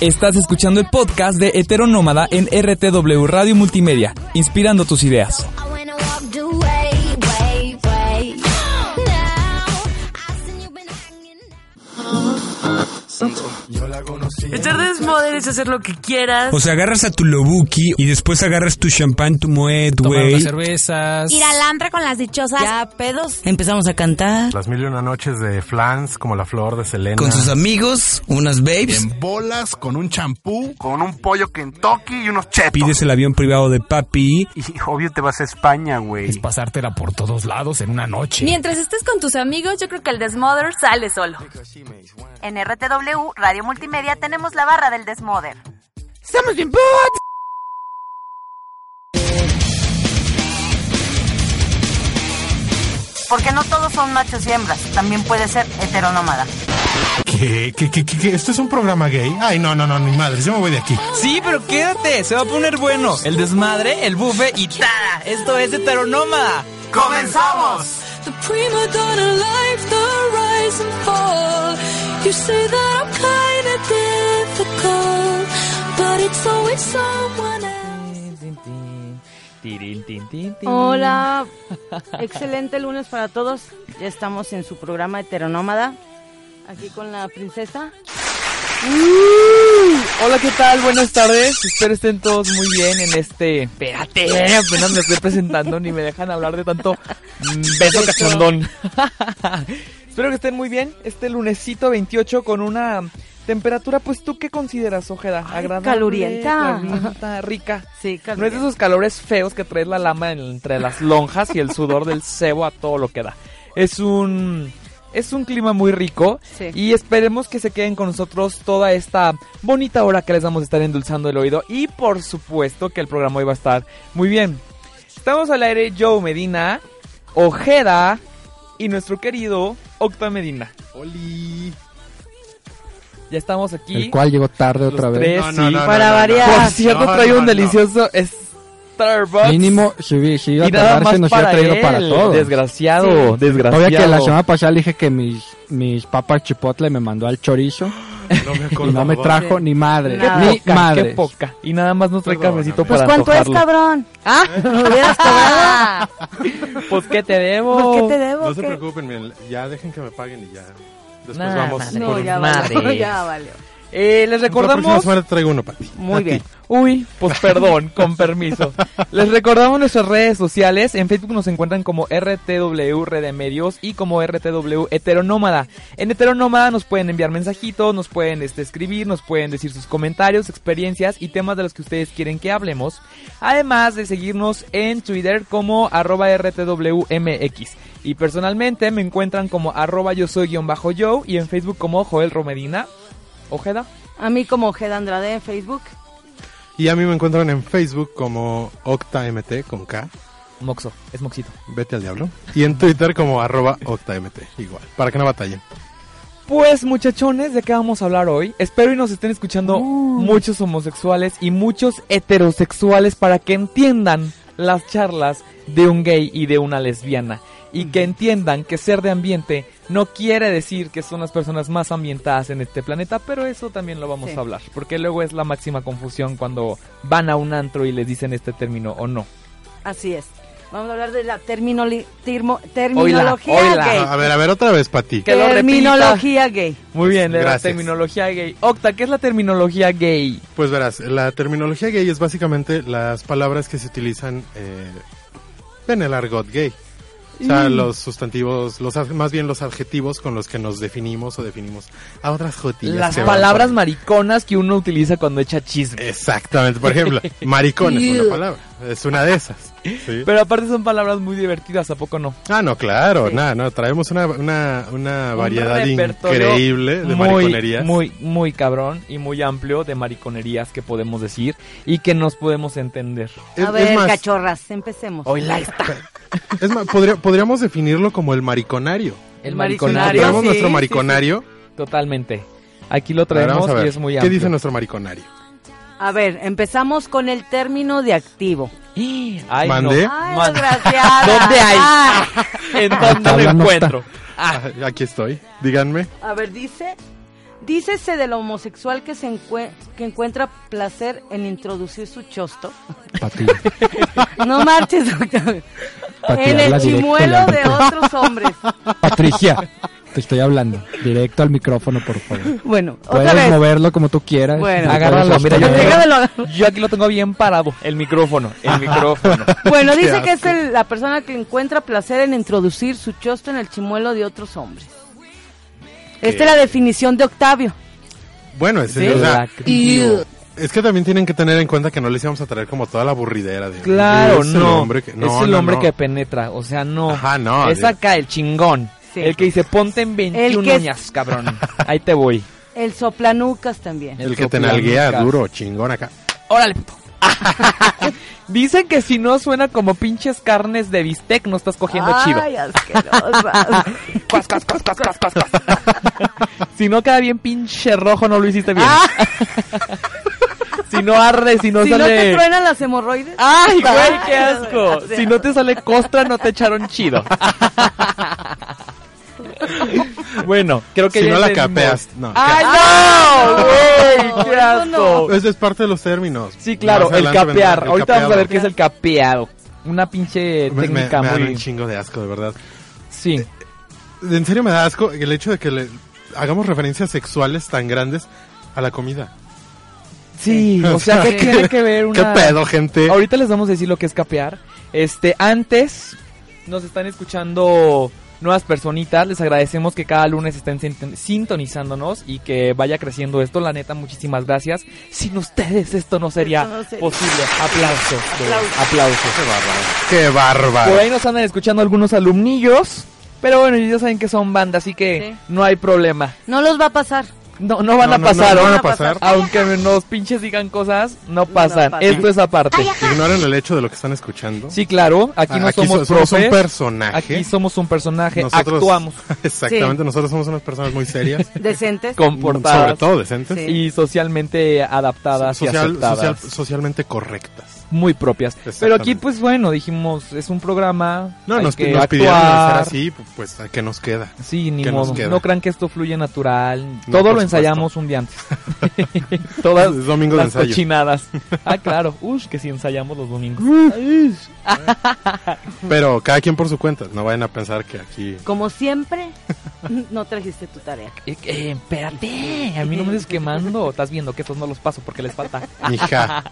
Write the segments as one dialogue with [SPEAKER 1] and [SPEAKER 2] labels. [SPEAKER 1] Estás escuchando el podcast de Heteronómada en RTW Radio Multimedia, inspirando tus ideas.
[SPEAKER 2] Estar desmoder es hacer lo que quieras.
[SPEAKER 3] O sea, agarras a tu lobuki y después agarras tu champán, tu moet,
[SPEAKER 4] Tomar
[SPEAKER 3] güey.
[SPEAKER 4] las cervezas.
[SPEAKER 5] Ir al antro con las dichosas.
[SPEAKER 2] Ya, pedos.
[SPEAKER 6] Empezamos a cantar.
[SPEAKER 7] Las mil y una noches de flans, como la flor de Selena.
[SPEAKER 8] Con sus amigos, unas babes.
[SPEAKER 9] En bolas, con un champú.
[SPEAKER 10] Con un pollo Kentucky y unos chetos.
[SPEAKER 3] Pides el avión privado de papi.
[SPEAKER 10] Y obvio te vas a España,
[SPEAKER 4] Es
[SPEAKER 10] güey.
[SPEAKER 4] pasártela por todos lados en una noche.
[SPEAKER 5] Mientras estés con tus amigos, yo creo que el Desmother sale solo.
[SPEAKER 11] En RTW Radio Multimedia tenemos la barra del Desmoder. Porque no todos son machos y hembras, también puede ser heteronómada.
[SPEAKER 9] ¿Qué? ¿Qué, qué, qué, qué? ¿Esto es un programa gay? Ay, no, no, no, ni madre. Yo me voy de aquí.
[SPEAKER 1] Sí, pero quédate, se va a poner bueno. El desmadre, el bufe y tada. Esto es heteronómada.
[SPEAKER 10] ¡Comenzamos!
[SPEAKER 11] Hola, excelente lunes para todos. Ya estamos en su programa heteronómada, aquí con la princesa.
[SPEAKER 1] Hola, ¿qué tal? Buenas tardes. Espero estén todos muy bien en este... Espérate, apenas pues me estoy presentando, ni me dejan hablar de tanto mm, beso cachondón. Espero que estén muy bien este lunesito 28 con una temperatura, pues, ¿tú qué consideras, Ojeda? Agradable,
[SPEAKER 11] calurienta.
[SPEAKER 1] calurienta, rica.
[SPEAKER 11] Sí,
[SPEAKER 1] No es de esos calores feos que traes la lama en- entre las lonjas y el sudor del cebo a todo lo que da. Es un es un clima muy rico
[SPEAKER 11] Sí.
[SPEAKER 1] y esperemos que se queden con nosotros toda esta bonita hora que les vamos a estar endulzando el oído y por supuesto que el programa hoy va a estar muy bien. Estamos al aire Joe Medina, Ojeda y nuestro querido Octa Medina.
[SPEAKER 9] Oli.
[SPEAKER 1] Ya estamos aquí.
[SPEAKER 4] El cual llegó tarde
[SPEAKER 1] los
[SPEAKER 4] otra vez.
[SPEAKER 1] tres,
[SPEAKER 9] No, no,
[SPEAKER 1] sí.
[SPEAKER 9] no,
[SPEAKER 11] Para
[SPEAKER 9] no, no.
[SPEAKER 11] variar.
[SPEAKER 1] Por cierto,
[SPEAKER 9] No,
[SPEAKER 1] trae
[SPEAKER 9] no,
[SPEAKER 1] un
[SPEAKER 9] no.
[SPEAKER 1] delicioso Starbucks.
[SPEAKER 4] Mínimo, si, hubi- si iba a
[SPEAKER 1] Y nada más
[SPEAKER 4] tardarse, nos hubiera
[SPEAKER 1] para
[SPEAKER 4] traído
[SPEAKER 1] él,
[SPEAKER 4] para todos.
[SPEAKER 1] Desgraciado, desgraciado.
[SPEAKER 4] Todavía que la semana pasada le dije que mis, mis papas chipotle me mandó al chorizo
[SPEAKER 9] No me
[SPEAKER 4] y no me trajo ni madre.
[SPEAKER 11] Nada.
[SPEAKER 4] Ni
[SPEAKER 1] Poca,
[SPEAKER 4] madre.
[SPEAKER 1] qué poca. Y nada más nos trae
[SPEAKER 9] Perdóname.
[SPEAKER 1] cafecito
[SPEAKER 11] Pues
[SPEAKER 1] para
[SPEAKER 11] cuánto
[SPEAKER 1] antojarlo.
[SPEAKER 11] es, cabrón. Ah, lo hubieras cobrado.
[SPEAKER 1] Pues qué te debo.
[SPEAKER 11] ¿Por qué te debo?
[SPEAKER 9] No se
[SPEAKER 11] ¿Qué?
[SPEAKER 9] preocupen, miren, ya dejen que me paguen y ya. Después
[SPEAKER 1] Nah,
[SPEAKER 9] vamos.
[SPEAKER 1] madre.
[SPEAKER 11] No, ya valió.
[SPEAKER 1] Madre.
[SPEAKER 11] Ya valió.
[SPEAKER 1] Eh, les
[SPEAKER 9] La próxima
[SPEAKER 1] recordamos.
[SPEAKER 9] semana te traigo uno para ti. A
[SPEAKER 1] Muy
[SPEAKER 9] ti.
[SPEAKER 1] bien. Uy, pues perdón, con permiso. Les recordamos nuestras redes sociales. En Facebook nos encuentran como RTW Red de Medios y como RTW Heteronómada. En Heteronómada nos pueden enviar mensajitos, nos pueden este, escribir, nos pueden decir sus comentarios, experiencias y temas de los que ustedes quieren que hablemos. Además de seguirnos en Twitter como arroba RTWMX. Y personalmente me encuentran como arroba yo soy guión bajo yo y en Facebook como Joel Romedina. Ojeda.
[SPEAKER 11] A mí como Ojeda Andrade en Facebook.
[SPEAKER 9] Y a mí me encuentran en Facebook como OctaMT con K.
[SPEAKER 1] Moxo, es Moxito.
[SPEAKER 9] Vete al diablo. Y en Twitter como arroba OctaMT. Igual. Para que no batallen.
[SPEAKER 1] Pues muchachones, ¿de qué vamos a hablar hoy? Espero y nos estén escuchando muchos homosexuales y muchos heterosexuales para que entiendan las charlas de un gay y de una lesbiana. Y que entiendan que ser de ambiente no quiere decir que son las personas más ambientadas en este planeta, pero eso también lo vamos
[SPEAKER 11] Sí.
[SPEAKER 1] a hablar, porque luego es la máxima confusión cuando van a un antro y les dicen este término o no.
[SPEAKER 11] Así es. Vamos a hablar de la terminoli- termo- terminología
[SPEAKER 1] oila.
[SPEAKER 11] gay.
[SPEAKER 9] A ver, a ver, otra vez para ti.
[SPEAKER 1] Que lo repita.
[SPEAKER 11] terminología gay.
[SPEAKER 1] Muy bien, de la
[SPEAKER 9] Gracias.
[SPEAKER 1] terminología gay. Octa, ¿qué es la terminología gay?
[SPEAKER 9] Pues verás, la terminología gay es básicamente las palabras que se utilizan eh, en el argot gay. O sea,
[SPEAKER 1] Mm.
[SPEAKER 9] los sustantivos, los ad- más bien los adjetivos con los que nos definimos o definimos a otras jotillas.
[SPEAKER 1] Las
[SPEAKER 9] que van
[SPEAKER 1] palabras
[SPEAKER 9] por-
[SPEAKER 1] mariconas que uno utiliza cuando echa chisme.
[SPEAKER 9] Exactamente, por ejemplo, maricón es una palabra, es una de esas.
[SPEAKER 1] Pero aparte son palabras muy divertidas, ¿a poco no?
[SPEAKER 9] Ah, no, claro, nada, no, traemos una, una, una
[SPEAKER 1] Un
[SPEAKER 9] variedad
[SPEAKER 1] repertorio
[SPEAKER 9] increíble de
[SPEAKER 1] muy,
[SPEAKER 9] mariconerías.
[SPEAKER 1] Muy, muy cabrón y muy amplio de mariconerías que podemos decir y que nos podemos entender.
[SPEAKER 11] A ver, cachorras, empecemos.
[SPEAKER 1] Hola,
[SPEAKER 9] Es más, podría- podríamos definirlo como el mariconario.
[SPEAKER 1] El
[SPEAKER 9] mariconario,
[SPEAKER 1] mariconario.
[SPEAKER 9] Tenemos
[SPEAKER 1] sí,
[SPEAKER 9] nuestro
[SPEAKER 1] sí,
[SPEAKER 9] mariconario.
[SPEAKER 1] Totalmente. Aquí lo
[SPEAKER 9] A ver,
[SPEAKER 1] traemos
[SPEAKER 9] vamos a ver,
[SPEAKER 1] y es muy
[SPEAKER 9] ¿Qué
[SPEAKER 1] amplio.
[SPEAKER 9] dice nuestro mariconario?
[SPEAKER 11] A ver, empezamos con el término de activo.
[SPEAKER 1] Eh, Ay, no.
[SPEAKER 9] ¿Mandé?
[SPEAKER 11] Ay,
[SPEAKER 1] Man-
[SPEAKER 11] desgraciada.
[SPEAKER 1] ¿Dónde hay?
[SPEAKER 11] Ah.
[SPEAKER 1] ¿En dónde lo encuentro?
[SPEAKER 9] Ah, Aquí estoy, díganme.
[SPEAKER 11] A ver, dice. Dícese del homosexual que se encue- que encuentra placer en introducir su chosto. No marches, doctor.
[SPEAKER 4] Patearla
[SPEAKER 11] en el
[SPEAKER 4] directo
[SPEAKER 11] chimuelo
[SPEAKER 4] al
[SPEAKER 11] de
[SPEAKER 4] árbitro.
[SPEAKER 11] otros hombres.
[SPEAKER 4] Patricia, te estoy hablando. Directo al micrófono, por favor.
[SPEAKER 11] Bueno, otra
[SPEAKER 4] Puedes
[SPEAKER 11] vez.
[SPEAKER 4] moverlo como tú quieras.
[SPEAKER 11] Bueno.
[SPEAKER 4] Lo
[SPEAKER 1] Agárralo,
[SPEAKER 4] puedes
[SPEAKER 1] mira, yo,
[SPEAKER 4] sostener.
[SPEAKER 1] tengo- yo aquí lo tengo bien parado. El micrófono, el micrófono.
[SPEAKER 11] Bueno, dice que es el- la persona que encuentra placer en introducir su chosto en el chimuelo de otros hombres. Esta es la definición de Octavio.
[SPEAKER 9] Bueno, es,
[SPEAKER 1] Sí.
[SPEAKER 9] o sea,
[SPEAKER 11] Ew.
[SPEAKER 9] es que también tienen que tener en cuenta que no les íbamos a traer como toda la aburridera de...
[SPEAKER 1] Claro,
[SPEAKER 9] es el
[SPEAKER 1] no.
[SPEAKER 9] hombre que- no,
[SPEAKER 1] Es el
[SPEAKER 9] no,
[SPEAKER 1] hombre
[SPEAKER 9] no.
[SPEAKER 1] que penetra, o sea, no.
[SPEAKER 9] Ajá, no,
[SPEAKER 1] Es
[SPEAKER 9] de-
[SPEAKER 1] acá el chingón.
[SPEAKER 11] Sí.
[SPEAKER 1] El que dice, ponte en 21
[SPEAKER 11] que es-
[SPEAKER 1] uñas, cabrón. Ahí te voy.
[SPEAKER 11] El soplanucas también.
[SPEAKER 9] El que te
[SPEAKER 1] soplanucas.
[SPEAKER 9] nalguea duro, chingón acá.
[SPEAKER 1] Órale. puto. Dicen que si no suena como pinches carnes de bistec, no estás cogiendo chido.
[SPEAKER 11] Ay, asquerosa.
[SPEAKER 1] Cuas, cuas, cuas, cuas, cuas, cuas, cuas. si no queda bien pinche rojo, no lo hiciste bien. si no arde, si no
[SPEAKER 11] Ah. si no
[SPEAKER 1] sale...
[SPEAKER 11] te truenan las hemorroides.
[SPEAKER 1] Ay, güey, qué asco.
[SPEAKER 11] Así
[SPEAKER 1] Si
[SPEAKER 11] es.
[SPEAKER 1] no te sale costra, no te echaron chido. bueno, creo que
[SPEAKER 9] Si
[SPEAKER 1] ya
[SPEAKER 9] no la
[SPEAKER 1] entendimos.
[SPEAKER 9] capeas, no.
[SPEAKER 1] ¡Ay,
[SPEAKER 11] Ah,
[SPEAKER 1] no!
[SPEAKER 11] no,
[SPEAKER 1] ¡Güey, qué
[SPEAKER 11] eso no.
[SPEAKER 1] asco!
[SPEAKER 9] Ese Pues es parte de los términos.
[SPEAKER 1] Oh. Sí, claro,
[SPEAKER 9] Más
[SPEAKER 1] el
[SPEAKER 9] adelante vendrá
[SPEAKER 1] capear.
[SPEAKER 9] el
[SPEAKER 1] Ahorita vamos a ver
[SPEAKER 9] capeado. Pues
[SPEAKER 1] qué es el capeado. Una pinche
[SPEAKER 9] Me- me-
[SPEAKER 1] técnica
[SPEAKER 9] me dan
[SPEAKER 1] muy...
[SPEAKER 9] un chingo de asco, de verdad.
[SPEAKER 1] Sí.
[SPEAKER 9] En serio me da asco el hecho de que le hagamos referencias sexuales tan grandes a la comida.
[SPEAKER 1] Sí, o sea, ¿qué tiene que ver una...
[SPEAKER 9] ¿Qué pedo, gente?
[SPEAKER 1] Ahorita les vamos a decir lo que es capear. Este, antes nos están escuchando nuevas personitas. Les agradecemos que cada lunes estén sinton- sintonizándonos y que vaya creciendo esto. La neta, muchísimas gracias. Sin ustedes esto no sería
[SPEAKER 11] Esto no sería.
[SPEAKER 1] posible. Aplausos, de- aplausos.
[SPEAKER 9] ¡Qué bárbaro!
[SPEAKER 1] Por ahí nos andan escuchando algunos alumnillos. Pero bueno, ya saben que son banda, así que no hay problema.
[SPEAKER 11] No los va a pasar.
[SPEAKER 1] No, no van
[SPEAKER 9] No,
[SPEAKER 1] a
[SPEAKER 9] no,
[SPEAKER 1] pasar,
[SPEAKER 9] no, no
[SPEAKER 1] ¿o?
[SPEAKER 9] van a pasar.
[SPEAKER 1] aunque nos pinches digan cosas, no pasan.
[SPEAKER 11] pasan.
[SPEAKER 1] Esto es aparte.
[SPEAKER 9] Ignoren el hecho de lo que están escuchando.
[SPEAKER 1] Sí, claro, aquí
[SPEAKER 9] Ah,
[SPEAKER 1] no somos,
[SPEAKER 9] so- somos un
[SPEAKER 1] profes,
[SPEAKER 9] personaje.
[SPEAKER 1] Aquí somos un personaje,
[SPEAKER 9] Nosotros-
[SPEAKER 1] actuamos
[SPEAKER 9] Exactamente, nosotros somos unas personas muy serias.
[SPEAKER 11] Decentes.
[SPEAKER 1] comportadas
[SPEAKER 9] Sobre todo decentes.
[SPEAKER 11] Sí.
[SPEAKER 1] y socialmente adaptadas y
[SPEAKER 9] Social-
[SPEAKER 1] aceptadas,
[SPEAKER 9] social- socialmente correctas.
[SPEAKER 1] muy propias. Pero
[SPEAKER 9] Exactamente.
[SPEAKER 1] aquí pues bueno, dijimos, es un programa,
[SPEAKER 9] No,
[SPEAKER 1] hay
[SPEAKER 9] nos,
[SPEAKER 1] que
[SPEAKER 9] nos pidieron
[SPEAKER 1] actuar.
[SPEAKER 9] hacer así, pues ¿a qué nos queda?
[SPEAKER 1] Sí, ni
[SPEAKER 9] que nos
[SPEAKER 1] modo.
[SPEAKER 9] queda.
[SPEAKER 1] No crean que esto fluye natural.
[SPEAKER 9] No,
[SPEAKER 1] Todo
[SPEAKER 9] por
[SPEAKER 1] lo
[SPEAKER 9] supuesto.
[SPEAKER 1] ensayamos un día antes. Todas
[SPEAKER 9] Es domingo de
[SPEAKER 1] las
[SPEAKER 9] ensayo.
[SPEAKER 1] cochinadas. Ah, claro. Uy, que si ensayamos los domingos.
[SPEAKER 9] Pero cada quien por su cuenta, no vayan a pensar que aquí...
[SPEAKER 11] Como siempre, no trajiste tu tarea.
[SPEAKER 1] Eh, eh, espérate, a mí no me estés quemando. Estás viendo que estos no los paso porque les falta.
[SPEAKER 9] Mija.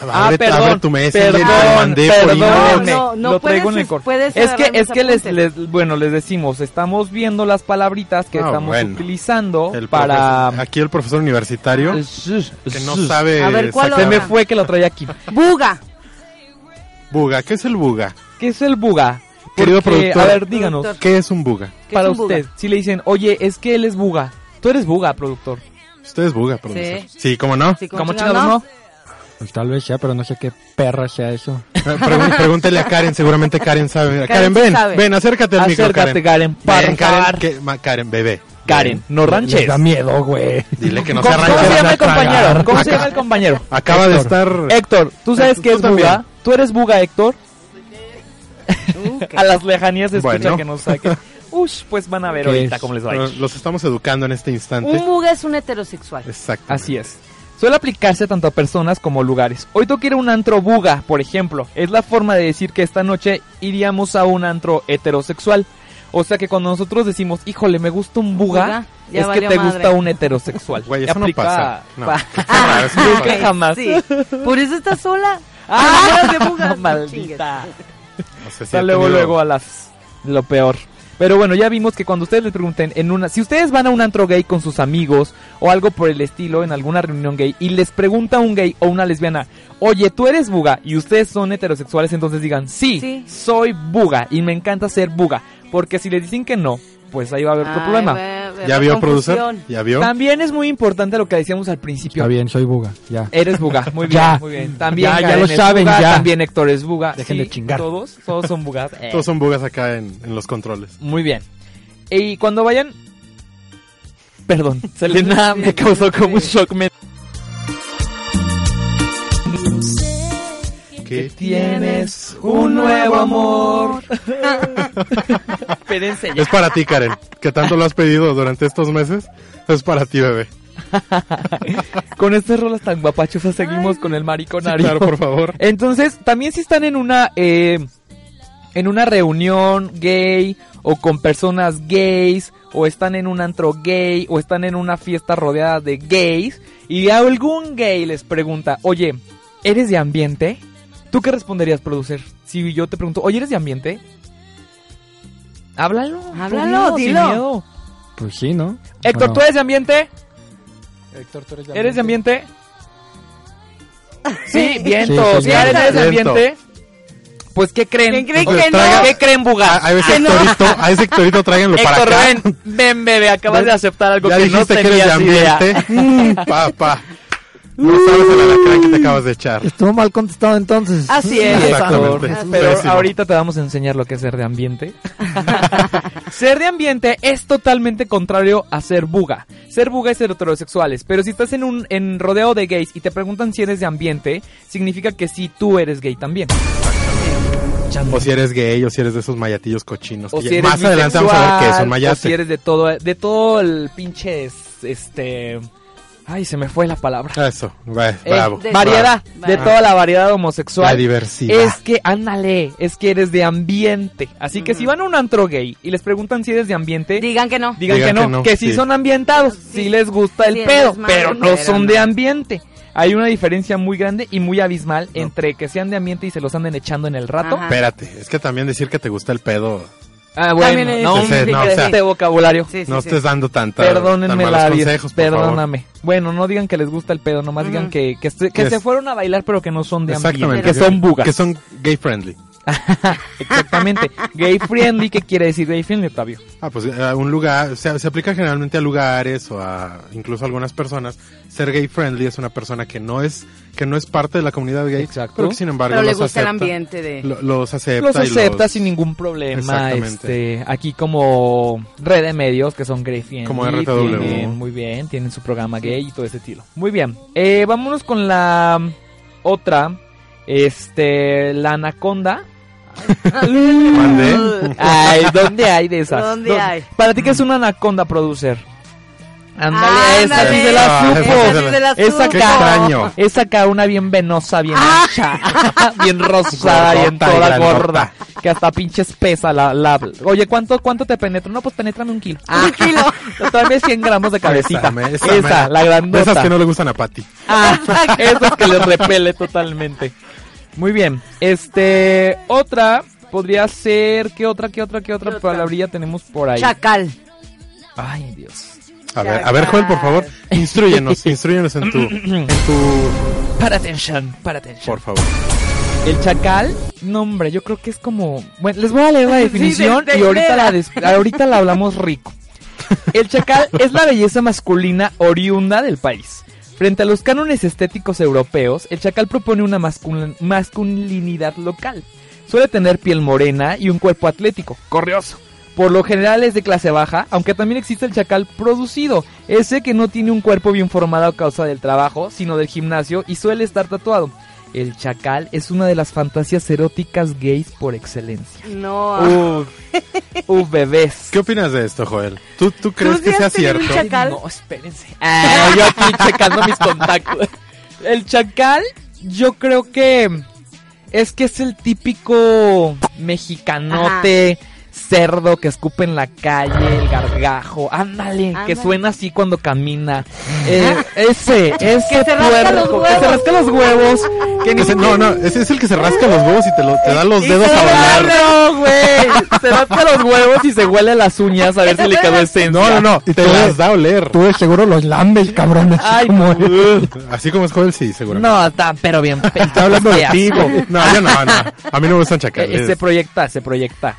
[SPEAKER 1] Ah,
[SPEAKER 9] abre,
[SPEAKER 1] perdón,
[SPEAKER 9] abre tu Messenger, te
[SPEAKER 1] perdón,
[SPEAKER 9] mandé por
[SPEAKER 1] perdón,
[SPEAKER 9] inbox.
[SPEAKER 11] No, no,
[SPEAKER 1] lo
[SPEAKER 11] no
[SPEAKER 1] traigo
[SPEAKER 11] puedes
[SPEAKER 1] en el cor-
[SPEAKER 11] es- puedes
[SPEAKER 1] Es que,
[SPEAKER 11] agarrar
[SPEAKER 1] es
[SPEAKER 11] mis
[SPEAKER 1] que les,
[SPEAKER 11] apuntes.
[SPEAKER 1] les- bueno, les decimos, estamos viendo las palabritas que
[SPEAKER 9] Ah,
[SPEAKER 1] estamos
[SPEAKER 9] bueno.
[SPEAKER 1] utilizando
[SPEAKER 9] El
[SPEAKER 1] para...
[SPEAKER 9] profesor- aquí el profesor universitario que no sabe
[SPEAKER 11] A ver, ¿cuál
[SPEAKER 1] Se
[SPEAKER 9] sacar-
[SPEAKER 1] me fue que lo traía aquí.
[SPEAKER 11] Buga.
[SPEAKER 9] buga. ¿Qué es el buga?
[SPEAKER 1] ¿Qué es el buga?
[SPEAKER 9] Querido
[SPEAKER 1] Porque,
[SPEAKER 9] productor.
[SPEAKER 1] A ver, díganos,
[SPEAKER 11] Productor.
[SPEAKER 9] ¿Qué es un buga?
[SPEAKER 11] ¿Qué
[SPEAKER 1] para
[SPEAKER 11] es un buga?
[SPEAKER 1] usted, si le dicen, oye, es que él es buga. Tú eres buga, productor.
[SPEAKER 9] Usted es buga, profesor. Sí, ¿cómo no?
[SPEAKER 11] Sí,
[SPEAKER 1] Como
[SPEAKER 11] chingado,
[SPEAKER 1] chingados, ¿no?
[SPEAKER 4] Pues tal vez sea, pero no sé qué perra sea eso.
[SPEAKER 9] Pregun- pregúntele a Karen, seguramente Karen sabe. Karen,
[SPEAKER 11] Karen sí
[SPEAKER 9] ven,
[SPEAKER 11] sabe.
[SPEAKER 9] ven, acércate al micro,
[SPEAKER 1] Acércate,
[SPEAKER 9] Karen.
[SPEAKER 1] Karen, para
[SPEAKER 9] Ven, Karen,
[SPEAKER 1] Karen,
[SPEAKER 9] que- ma- Karen, bebé.
[SPEAKER 1] Karen, no ranches.
[SPEAKER 4] Les da miedo, güey.
[SPEAKER 9] Dile que no se
[SPEAKER 1] ¿Cómo,
[SPEAKER 9] arranque.
[SPEAKER 1] cómo se llama el
[SPEAKER 4] Acá.
[SPEAKER 1] compañero? ¿Cómo se
[SPEAKER 9] Acá.
[SPEAKER 1] llama el compañero?
[SPEAKER 9] Acaba de estar...
[SPEAKER 1] Héctor, ¿tú sabes
[SPEAKER 9] Tú
[SPEAKER 1] qué es
[SPEAKER 9] también.
[SPEAKER 1] buga? ¿Tú eres buga, Héctor? a las lejanías se escucha
[SPEAKER 9] Bueno.
[SPEAKER 1] que nos saquen. Ush, pues van a ver
[SPEAKER 4] ¿Qué
[SPEAKER 1] ahorita
[SPEAKER 4] es?
[SPEAKER 1] cómo les va a ir.
[SPEAKER 9] Bueno, uh, Los estamos educando en este
[SPEAKER 11] Un
[SPEAKER 9] instante.
[SPEAKER 11] buga es un heterosexual.
[SPEAKER 9] Exacto.
[SPEAKER 1] Así es. Suele aplicarse tanto a personas como lugares. Hoy toca ir a un antro buga, por ejemplo. Es la forma de decir que esta noche iríamos a un antro heterosexual. O sea que cuando nosotros decimos, híjole, me gusta un buga,
[SPEAKER 11] Buga, ya
[SPEAKER 1] es que
[SPEAKER 11] valió
[SPEAKER 1] te
[SPEAKER 11] madre.
[SPEAKER 1] gusta un heterosexual.
[SPEAKER 9] Güey,
[SPEAKER 1] Y
[SPEAKER 9] eso no
[SPEAKER 1] aplica
[SPEAKER 9] pasa. No,
[SPEAKER 1] pa-
[SPEAKER 9] qué raro, eso no
[SPEAKER 1] Nunca
[SPEAKER 9] pasa.
[SPEAKER 1] jamás.
[SPEAKER 11] Ah, Sí. Por eso estás sola.
[SPEAKER 1] ¡Ah!
[SPEAKER 11] Te enamoras de bugas.
[SPEAKER 1] maldita.
[SPEAKER 9] O sea, sí
[SPEAKER 1] Está
[SPEAKER 9] ha
[SPEAKER 1] luego,
[SPEAKER 9] tenido-
[SPEAKER 1] luego a las... Lo peor. Pero bueno, ya vimos que cuando ustedes les pregunten en una, si ustedes van a un antro gay con sus amigos o algo por el estilo en alguna reunión gay y les pregunta un gay o una lesbiana, oye, tú eres buga y ustedes son heterosexuales, entonces digan, sí,
[SPEAKER 11] Sí.
[SPEAKER 1] soy buga y me encanta ser buga, porque si les dicen que no, pues ahí va a haber otro
[SPEAKER 11] Ay,
[SPEAKER 1] problema.
[SPEAKER 11] va- va- ¿Ya va vio,
[SPEAKER 9] producer? confusión. ¿Ya vio?
[SPEAKER 1] También es muy importante lo que decíamos al principio.
[SPEAKER 4] Está bien, soy buga, ya.
[SPEAKER 1] Eres buga, muy bien,
[SPEAKER 4] Ya.
[SPEAKER 1] muy bien. También
[SPEAKER 4] Ya, ya
[SPEAKER 1] Karen
[SPEAKER 4] lo
[SPEAKER 1] es
[SPEAKER 4] saben,
[SPEAKER 1] buga,
[SPEAKER 4] ya.
[SPEAKER 1] También Héctor es buga.
[SPEAKER 4] Dejen
[SPEAKER 1] Sí,
[SPEAKER 4] de chingar.
[SPEAKER 1] Todos, todos son bugas. Eh,
[SPEAKER 9] Todos son bugas acá en, en los controles.
[SPEAKER 1] Muy bien. Y cuando vayan... Perdón, Selena me causó como un shock men-
[SPEAKER 9] ¿Qué?
[SPEAKER 1] Tienes un nuevo amor. Espérense ya.
[SPEAKER 9] Es para ti, Karen, que tanto lo has pedido durante estos meses. Es para ti, bebé.
[SPEAKER 1] Con estas rolas tan guapachosas seguimos con el mariconario.
[SPEAKER 9] Claro, por favor.
[SPEAKER 1] Entonces, también si están en una eh, en una reunión gay o con personas gays o están en un antro gay o están en una fiesta rodeada de gays y algún gay les pregunta, "Oye, ¿eres de ambiente?" ¿Tú qué responderías, producer? Si yo te pregunto, "Oye, ¿eres de ambiente?" Háblalo,
[SPEAKER 11] Háblalo,
[SPEAKER 1] tú
[SPEAKER 11] dilo.
[SPEAKER 1] Sin miedo.
[SPEAKER 4] Pues sí, ¿no?
[SPEAKER 1] Héctor,
[SPEAKER 4] Bueno,
[SPEAKER 1] ¿tú eres de ambiente?
[SPEAKER 4] Héctor, ¿tú
[SPEAKER 1] ¿Eres de ambiente? Sí, vientos.
[SPEAKER 4] Sí,
[SPEAKER 1] Si
[SPEAKER 4] sí,
[SPEAKER 1] eres de ese
[SPEAKER 9] viento.
[SPEAKER 1] ambiente, pues ¿qué creen?
[SPEAKER 11] ¿Quién cree
[SPEAKER 9] Entonces,
[SPEAKER 11] que no?
[SPEAKER 9] traiga-
[SPEAKER 1] ¿Qué creen, Buga?
[SPEAKER 9] A, a ese Hectorito, a ese Hectorito tráiganlo para
[SPEAKER 1] Ah, Héctor,
[SPEAKER 9] acá.
[SPEAKER 1] ven, ven, bebé, acabas de aceptar algo
[SPEAKER 9] Ya
[SPEAKER 1] que no
[SPEAKER 9] dijiste que eres de
[SPEAKER 1] tenías idea.
[SPEAKER 9] ambiente. Mm, Papá. No sabes el alacrán que te acabas de echar.
[SPEAKER 6] Estuvo mal contestado entonces.
[SPEAKER 11] Así
[SPEAKER 1] Sí,
[SPEAKER 11] es.
[SPEAKER 1] Héctor,
[SPEAKER 9] Exactamente.
[SPEAKER 1] pero
[SPEAKER 9] Pésimo.
[SPEAKER 1] ahorita te vamos a enseñar lo que es ser de ambiente. ser de ambiente es totalmente contrario a ser buga. Ser buga es ser heterosexuales, pero si estás en un en rodeo de gays y te preguntan si eres de ambiente, significa que sí tú eres gay también.
[SPEAKER 9] O si eres gay, o si eres de esos mayatillos cochinos.
[SPEAKER 1] O
[SPEAKER 9] que
[SPEAKER 1] si
[SPEAKER 9] ya-
[SPEAKER 1] eres
[SPEAKER 9] más adelante vamos a ver qué son
[SPEAKER 1] bisexual,
[SPEAKER 9] mayates.
[SPEAKER 1] O si eres de todo, de todo el pinche es- este. Ay, se me fue la palabra.
[SPEAKER 9] Eso, va-
[SPEAKER 1] Eh,
[SPEAKER 9] bravo.
[SPEAKER 11] de-
[SPEAKER 1] variedad,
[SPEAKER 11] bravo.
[SPEAKER 1] de toda la variedad homosexual.
[SPEAKER 9] La diversidad.
[SPEAKER 1] Es que, ándale, es que eres de ambiente. Así que si van a un antro gay y les preguntan si eres de ambiente,
[SPEAKER 11] Digan que no.
[SPEAKER 1] digan, que no, que, si
[SPEAKER 9] sí.
[SPEAKER 1] son ambientados, si les gusta el
[SPEAKER 11] Sí,
[SPEAKER 1] pedo,
[SPEAKER 11] es más
[SPEAKER 1] pero no
[SPEAKER 11] pero
[SPEAKER 1] son
[SPEAKER 11] no.
[SPEAKER 1] de ambiente. Hay una diferencia muy grande y muy abismal entre que sean de ambiente y se los anden echando en el rato.
[SPEAKER 11] Ajá.
[SPEAKER 9] Espérate, es que también decir que te gusta el pedo.
[SPEAKER 1] Ah,
[SPEAKER 11] También
[SPEAKER 1] bueno,
[SPEAKER 11] es-
[SPEAKER 1] no,
[SPEAKER 9] Sí, sí,
[SPEAKER 1] hombre,
[SPEAKER 9] no, o sea,
[SPEAKER 1] este vocabulario.
[SPEAKER 11] Sí, sí,
[SPEAKER 9] no
[SPEAKER 11] sí.
[SPEAKER 9] estés dando tanta, tan
[SPEAKER 1] Perdónenme
[SPEAKER 9] malos
[SPEAKER 1] la vida.
[SPEAKER 9] consejos, por favor.
[SPEAKER 1] Perdóname. Bueno, no digan que les gusta el pedo, nomás digan
[SPEAKER 11] Ujú.
[SPEAKER 1] que, que, estoy- que
[SPEAKER 9] Yes.
[SPEAKER 1] se fueron a bailar pero que no son de ambiente.
[SPEAKER 9] Exactamente.
[SPEAKER 1] Que son bugas.
[SPEAKER 9] Que son gay friendly.
[SPEAKER 1] Exactamente. gay friendly, ¿qué quiere decir gay friendly, Octavio?
[SPEAKER 9] Ah, pues a un lugar, o sea, se aplica generalmente a lugares o a incluso a algunas personas. Ser gay friendly es una persona que no es que no es parte de la comunidad gay,
[SPEAKER 1] Exacto.
[SPEAKER 9] pero que sin embargo
[SPEAKER 11] Pero le
[SPEAKER 9] los
[SPEAKER 11] gusta el
[SPEAKER 9] acepta.
[SPEAKER 11] ambiente de...
[SPEAKER 9] Lo- los acepta
[SPEAKER 1] Los
[SPEAKER 9] y
[SPEAKER 1] acepta
[SPEAKER 9] los-
[SPEAKER 1] sin ningún problema.
[SPEAKER 9] Exactamente.
[SPEAKER 1] Este, aquí como red de medios que son gay friendly.
[SPEAKER 9] Como RTW.
[SPEAKER 1] tienen- muy bien, tienen su programa gay y todo ese estilo. Muy bien. Eh, vámonos con la mm, otra. Este, la anaconda.
[SPEAKER 9] Mandé.
[SPEAKER 1] Ay, ¿dónde hay de esas?
[SPEAKER 11] ¿Dónde hay?
[SPEAKER 1] Para ti que es una anaconda producer. Ándale, esa sí
[SPEAKER 11] Ándale.
[SPEAKER 1] se la
[SPEAKER 9] Ah,
[SPEAKER 1] supo.
[SPEAKER 9] esa
[SPEAKER 11] sí se la
[SPEAKER 1] Esa
[SPEAKER 11] supo.
[SPEAKER 9] Qué
[SPEAKER 1] cara-
[SPEAKER 9] extraño.
[SPEAKER 1] Es acá una bien venosa, bien ancha, bien rosada,
[SPEAKER 9] Gordota
[SPEAKER 1] bien
[SPEAKER 9] y
[SPEAKER 1] toda
[SPEAKER 9] grandota.
[SPEAKER 1] gorda. Que hasta pinche espesa la, la... Oye, ¿cuánto, ¿cuánto te penetro? No, pues penétrame un kilo. Un kilo. Tráeme 100 gramos de cabecita.
[SPEAKER 9] Esa,
[SPEAKER 1] Esa,
[SPEAKER 9] esa, esa.
[SPEAKER 1] la grandota.
[SPEAKER 9] De esas que no le gustan a Patty.
[SPEAKER 1] Ah, esas que les repele totalmente. Muy bien. Este, otra podría ser... ¿Qué otra, qué otra, qué otra,
[SPEAKER 11] ¿Qué otra?
[SPEAKER 1] palabrilla tenemos por ahí?
[SPEAKER 11] Chacal.
[SPEAKER 1] Ay, Dios.
[SPEAKER 9] A ver, a ver, Joel, por favor, instruyenos, instruyenos en tu, en tu,
[SPEAKER 1] Para atención, para atención.
[SPEAKER 9] por favor.
[SPEAKER 1] El chacal, no hombre, yo creo que es como, bueno, les voy a leer la
[SPEAKER 11] Sí,
[SPEAKER 1] definición
[SPEAKER 11] de- de-
[SPEAKER 1] y ahorita
[SPEAKER 11] de-
[SPEAKER 1] la des- ahorita la hablamos rico. El chacal es la belleza masculina oriunda del país. Frente a los cánones estéticos europeos, el chacal propone una mascul- masculinidad local. Suele tener piel morena y un cuerpo atlético, corrioso. Por lo general es de clase baja, aunque también existe el chacal producido, ese que no tiene un cuerpo bien formado a causa del trabajo, sino del gimnasio y suele estar tatuado. El chacal es una de las fantasías eróticas gays por excelencia.
[SPEAKER 11] No.
[SPEAKER 1] Uf, uf, bebés.
[SPEAKER 9] ¿Qué opinas de esto, Joel? ¿Tú, tú crees
[SPEAKER 11] ¿Tú
[SPEAKER 9] que
[SPEAKER 11] sí
[SPEAKER 9] sea
[SPEAKER 11] has tenido
[SPEAKER 9] cierto?
[SPEAKER 11] un chacal?
[SPEAKER 1] No, espérense. yo aquí checando mis contactos. El chacal, yo creo que es que es el típico mexicanote, cerdo que escupe en la calle, el gargajo, ándale, que
[SPEAKER 11] Ándale.
[SPEAKER 1] suena así cuando camina. Eh, ese, ese
[SPEAKER 11] Que se rasca los
[SPEAKER 1] puerco, que se
[SPEAKER 11] huevos.
[SPEAKER 1] rasca los huevos. Que ni
[SPEAKER 9] Ese- no, no, ese es el que se rasca los huevos y te, lo- te da los
[SPEAKER 1] Y
[SPEAKER 9] dedos
[SPEAKER 1] se
[SPEAKER 9] a bailar.
[SPEAKER 1] rasca, güey. Se rasca los huevos y se huele las uñas a ver si le quedó esencia.
[SPEAKER 9] No, no, no, te las da a oler.
[SPEAKER 4] Tú de seguro los lambes, cabrón. así
[SPEAKER 1] Ay,
[SPEAKER 4] como-
[SPEAKER 9] Así como es Joel, sí, seguramente.
[SPEAKER 1] no, está pero bien.
[SPEAKER 9] Está hablando de
[SPEAKER 1] qué
[SPEAKER 9] ti,
[SPEAKER 1] asco.
[SPEAKER 9] güey. No, yo no, no. A mí no me gustan chacales.
[SPEAKER 1] Eh, se proyecta, se proyecta.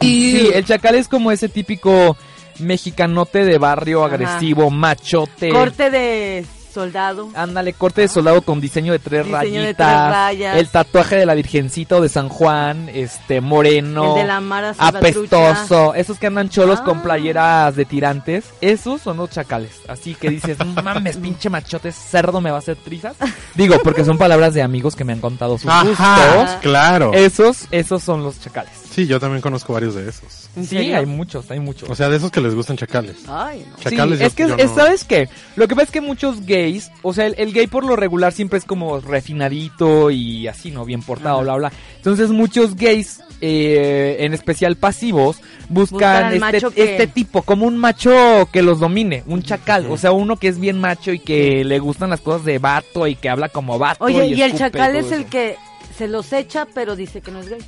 [SPEAKER 1] Sí, el chacal es como ese típico mexicanote de barrio
[SPEAKER 11] Ajá.
[SPEAKER 1] agresivo, machote.
[SPEAKER 11] Corte de soldado.
[SPEAKER 1] Ándale, corte de soldado con diseño de tres
[SPEAKER 11] Diseño de tres
[SPEAKER 1] rayitas.
[SPEAKER 11] rayas.
[SPEAKER 1] El tatuaje de la Virgencita o de San Juan, este, moreno.
[SPEAKER 11] El de la Mara Salvatrucha.
[SPEAKER 1] apestoso. Esos que andan cholos con
[SPEAKER 11] Ah.
[SPEAKER 1] playeras de tirantes. Esos son los chacales. Así que dices, "No mames, pinche machote cerdo, me va a hacer trizas. Digo, porque son palabras de amigos que me han contado sus
[SPEAKER 9] Ajá,
[SPEAKER 1] gustos. Eh,
[SPEAKER 9] claro.
[SPEAKER 1] Esos, esos son los chacales.
[SPEAKER 9] Sí, yo también conozco varios de esos.
[SPEAKER 11] ¿En
[SPEAKER 1] Sí,
[SPEAKER 11] serio?
[SPEAKER 1] hay muchos, hay muchos.
[SPEAKER 9] O sea, de esos que les gustan chacales.
[SPEAKER 11] Ay, no.
[SPEAKER 9] Chacales
[SPEAKER 1] sí,
[SPEAKER 9] yo-
[SPEAKER 1] es que,
[SPEAKER 9] yo
[SPEAKER 1] es-
[SPEAKER 9] no-
[SPEAKER 1] ¿sabes qué? Lo que pasa es que muchos gays, o sea, el, el gay por lo regular siempre es como refinadito y así, ¿no? Bien portado, bla, bla. Entonces muchos gays, eh, en especial pasivos,
[SPEAKER 11] Buscan
[SPEAKER 1] buscan
[SPEAKER 11] al
[SPEAKER 1] este,
[SPEAKER 11] macho que-
[SPEAKER 1] este tipo, como un macho que los domine, un chacal, o sea, uno que es bien macho y que le gustan las cosas de vato y que habla como vato.
[SPEAKER 11] Oye, y el
[SPEAKER 1] escupe
[SPEAKER 11] chacal
[SPEAKER 1] todo
[SPEAKER 11] es el
[SPEAKER 1] eso.
[SPEAKER 11] que se los echa, pero dice que no es gay.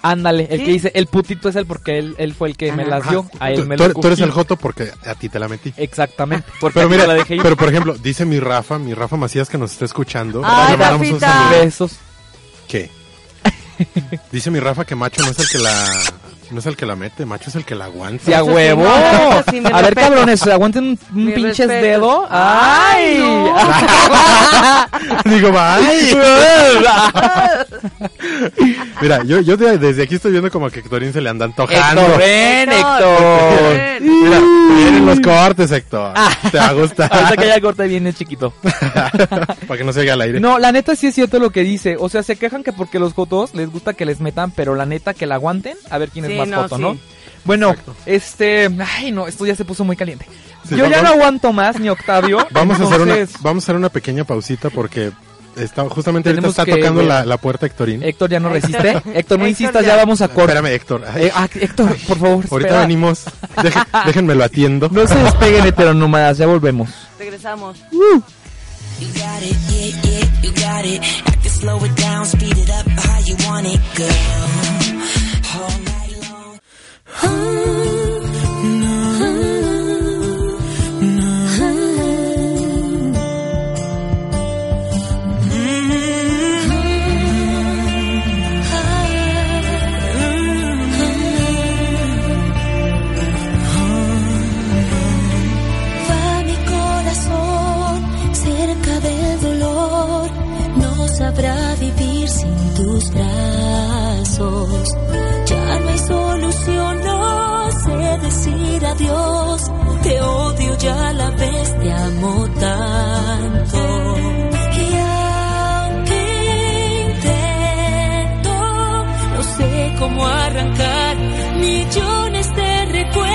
[SPEAKER 1] Ándale, el
[SPEAKER 11] ¿Sí?
[SPEAKER 1] que dice, el putito es el porque él, él fue el que me
[SPEAKER 11] Ajá.
[SPEAKER 1] las dio, a él
[SPEAKER 9] Tú,
[SPEAKER 1] me
[SPEAKER 9] tú-
[SPEAKER 1] lo
[SPEAKER 9] tú eres el
[SPEAKER 1] cogí.
[SPEAKER 9] joto porque a ti te la metí.
[SPEAKER 1] Exactamente, porque
[SPEAKER 9] Pero
[SPEAKER 1] a ti
[SPEAKER 9] mira,
[SPEAKER 1] me la dejé ir.
[SPEAKER 9] pero por ejemplo, dice mi Rafa, mi Rafa Macías que nos está escuchando.
[SPEAKER 11] Ay,
[SPEAKER 9] le mandamos un
[SPEAKER 11] Rafita.
[SPEAKER 9] saludo.
[SPEAKER 1] Besos.
[SPEAKER 9] ¿Qué? Dice mi Rafa que macho no es el que la no es el que la mete, macho es el que la aguanta.
[SPEAKER 1] Sí, a
[SPEAKER 11] Eso sí,
[SPEAKER 1] huevo.
[SPEAKER 11] no, eso sí, me
[SPEAKER 1] a ver,
[SPEAKER 11] respeto.
[SPEAKER 1] cabrones, aguanten un, un
[SPEAKER 11] Mi
[SPEAKER 1] pinches
[SPEAKER 11] respeto.
[SPEAKER 1] dedo.
[SPEAKER 11] Ay,
[SPEAKER 1] ¡Ay!
[SPEAKER 11] no.
[SPEAKER 9] Digo, bye. Mira, yo, yo de- desde aquí estoy viendo como que a Hectorín se le anda antojando.
[SPEAKER 1] Héctor, ven, Héctor.
[SPEAKER 9] Mira, vienen los cortes, Héctor. Te va
[SPEAKER 1] Ah.
[SPEAKER 9] a
[SPEAKER 1] Ahorita
[SPEAKER 9] gustar.
[SPEAKER 1] que ya el corte viene chiquito.
[SPEAKER 9] Para que no se haga al aire.
[SPEAKER 1] No, la neta sí es cierto lo que dice. O sea, se quejan que porque los jotos les gusta que les metan, pero la neta que la aguanten. A ver quién
[SPEAKER 11] Sí,
[SPEAKER 1] es más
[SPEAKER 11] no,
[SPEAKER 1] joto,
[SPEAKER 11] sí.
[SPEAKER 1] ¿no? Bueno, este. Ay, no, esto ya se puso muy caliente.
[SPEAKER 9] Sí,
[SPEAKER 1] Yo ya no
[SPEAKER 9] vamos-
[SPEAKER 1] aguanto más, ni Octavio.
[SPEAKER 9] Vamos a hacer una,
[SPEAKER 1] entonces,
[SPEAKER 9] vamos a hacer una pequeña pausita porque está, justamente ahorita
[SPEAKER 1] Tenemos
[SPEAKER 9] está
[SPEAKER 1] que
[SPEAKER 9] tocando
[SPEAKER 1] ver. Eh,
[SPEAKER 9] la, la puerta Hectorín.
[SPEAKER 1] Héctor ya no resiste. Héctor, no
[SPEAKER 11] Héctor
[SPEAKER 1] insistas,
[SPEAKER 11] ya.
[SPEAKER 1] ya vamos a corte.
[SPEAKER 9] Espérame, Héctor. Ay,
[SPEAKER 1] Eh, ah, Héctor, por favor.
[SPEAKER 9] ahorita
[SPEAKER 1] espera.
[SPEAKER 9] venimos. Deje- déjenme lo atiendo.
[SPEAKER 1] No se despeguen heteronómadas, ya volvemos.
[SPEAKER 11] Regresamos.
[SPEAKER 10] You got it, yeah, yeah, you got it. I can slow it down, speed it up how you want it, girl. All night long.
[SPEAKER 5] Va mi corazón cerca del dolor, no sabrá vivir sin tus brazos. Ya no hay solución, no sé decir adiós. Te odio, ya la ves, te amo tanto. Y aunque intento, no sé cómo arrancar millones de recuerdos.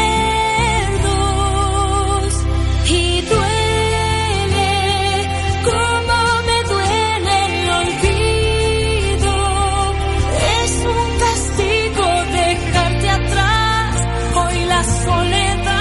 [SPEAKER 5] Y duele como me duele el olvido. Es un castigo dejarte atrás. Hoy la soledad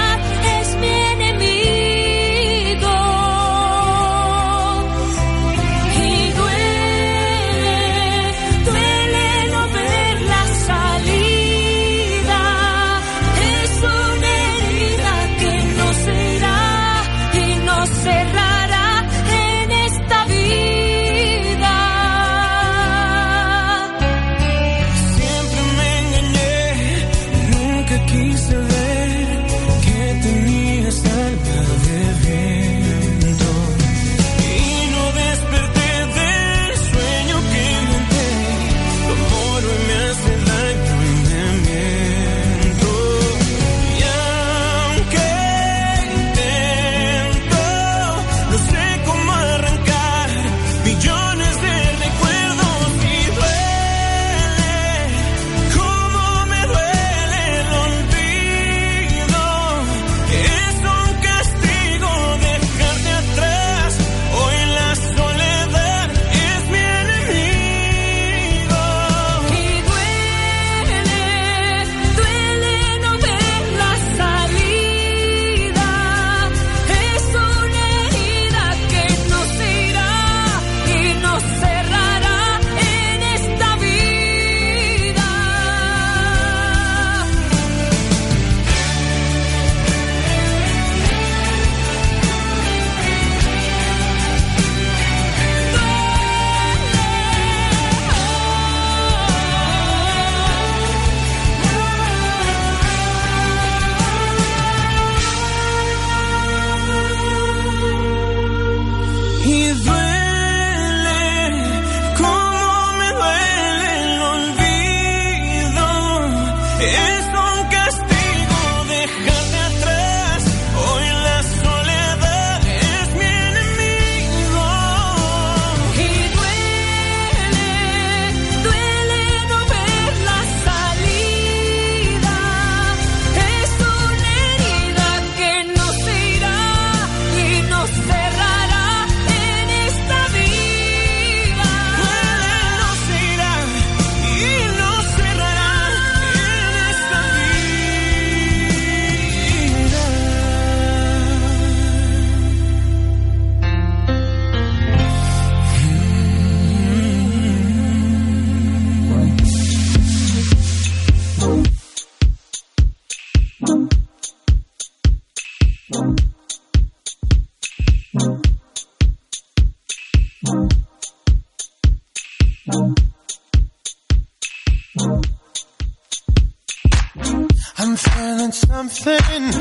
[SPEAKER 12] I'm feeling something,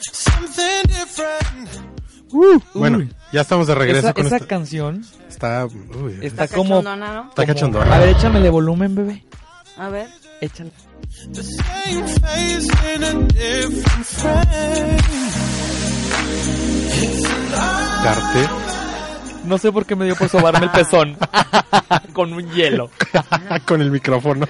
[SPEAKER 12] something different.
[SPEAKER 9] Bueno,
[SPEAKER 1] Uy.
[SPEAKER 9] ya estamos de regreso
[SPEAKER 1] Esa,
[SPEAKER 9] con
[SPEAKER 1] esa
[SPEAKER 9] esta-
[SPEAKER 1] canción
[SPEAKER 9] Está, uy,
[SPEAKER 1] está
[SPEAKER 9] es-
[SPEAKER 1] como...
[SPEAKER 9] Está
[SPEAKER 1] como-
[SPEAKER 9] cachondona.
[SPEAKER 1] A ver, échamele volumen, bebé.
[SPEAKER 11] A ver.
[SPEAKER 1] Échale.
[SPEAKER 12] The same face in a different frame. It's alive.
[SPEAKER 9] Darte.
[SPEAKER 1] No sé por qué me dio por sobarme el pezón. con un hielo.
[SPEAKER 9] con el micrófono.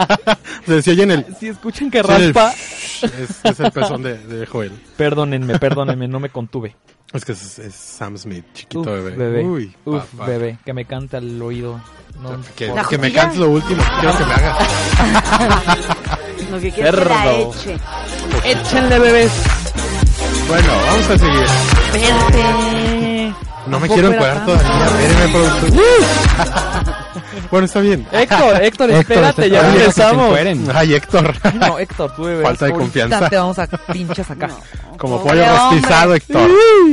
[SPEAKER 9] Se decía en el.
[SPEAKER 1] Si escuchan que
[SPEAKER 9] Sí, en el-
[SPEAKER 1] raspa...
[SPEAKER 9] Es, es el pezón de, de Joel.
[SPEAKER 1] Perdónenme, perdónenme, no me contuve.
[SPEAKER 9] Es que es, es Sam Smith, chiquito
[SPEAKER 1] Uf,
[SPEAKER 9] bebé.
[SPEAKER 1] bebé.
[SPEAKER 9] Uy,
[SPEAKER 1] Uf,
[SPEAKER 9] papá.
[SPEAKER 1] bebé. Que me canta al oído. No,
[SPEAKER 9] Que,
[SPEAKER 1] por-
[SPEAKER 9] que me cantes lo último que quiero que me hagas.
[SPEAKER 11] Lo que quiero es que la
[SPEAKER 9] Cerdo.
[SPEAKER 11] eche. Échenle, bebés.
[SPEAKER 9] Bueno, vamos a seguir.
[SPEAKER 11] Espérate.
[SPEAKER 9] No me quiero encuadrar todavía. Espérenme, productor. bueno, está bien.
[SPEAKER 1] Héctor, Héctor, espérate, ya empezamos.
[SPEAKER 9] Ay, Héctor.
[SPEAKER 1] No, Héctor, tú bebés.
[SPEAKER 9] Falta de
[SPEAKER 1] ahorita
[SPEAKER 9] confianza.
[SPEAKER 1] te vamos a pinchas acá.
[SPEAKER 9] Como
[SPEAKER 1] Pobre
[SPEAKER 9] pollo rostizado,
[SPEAKER 1] hombre.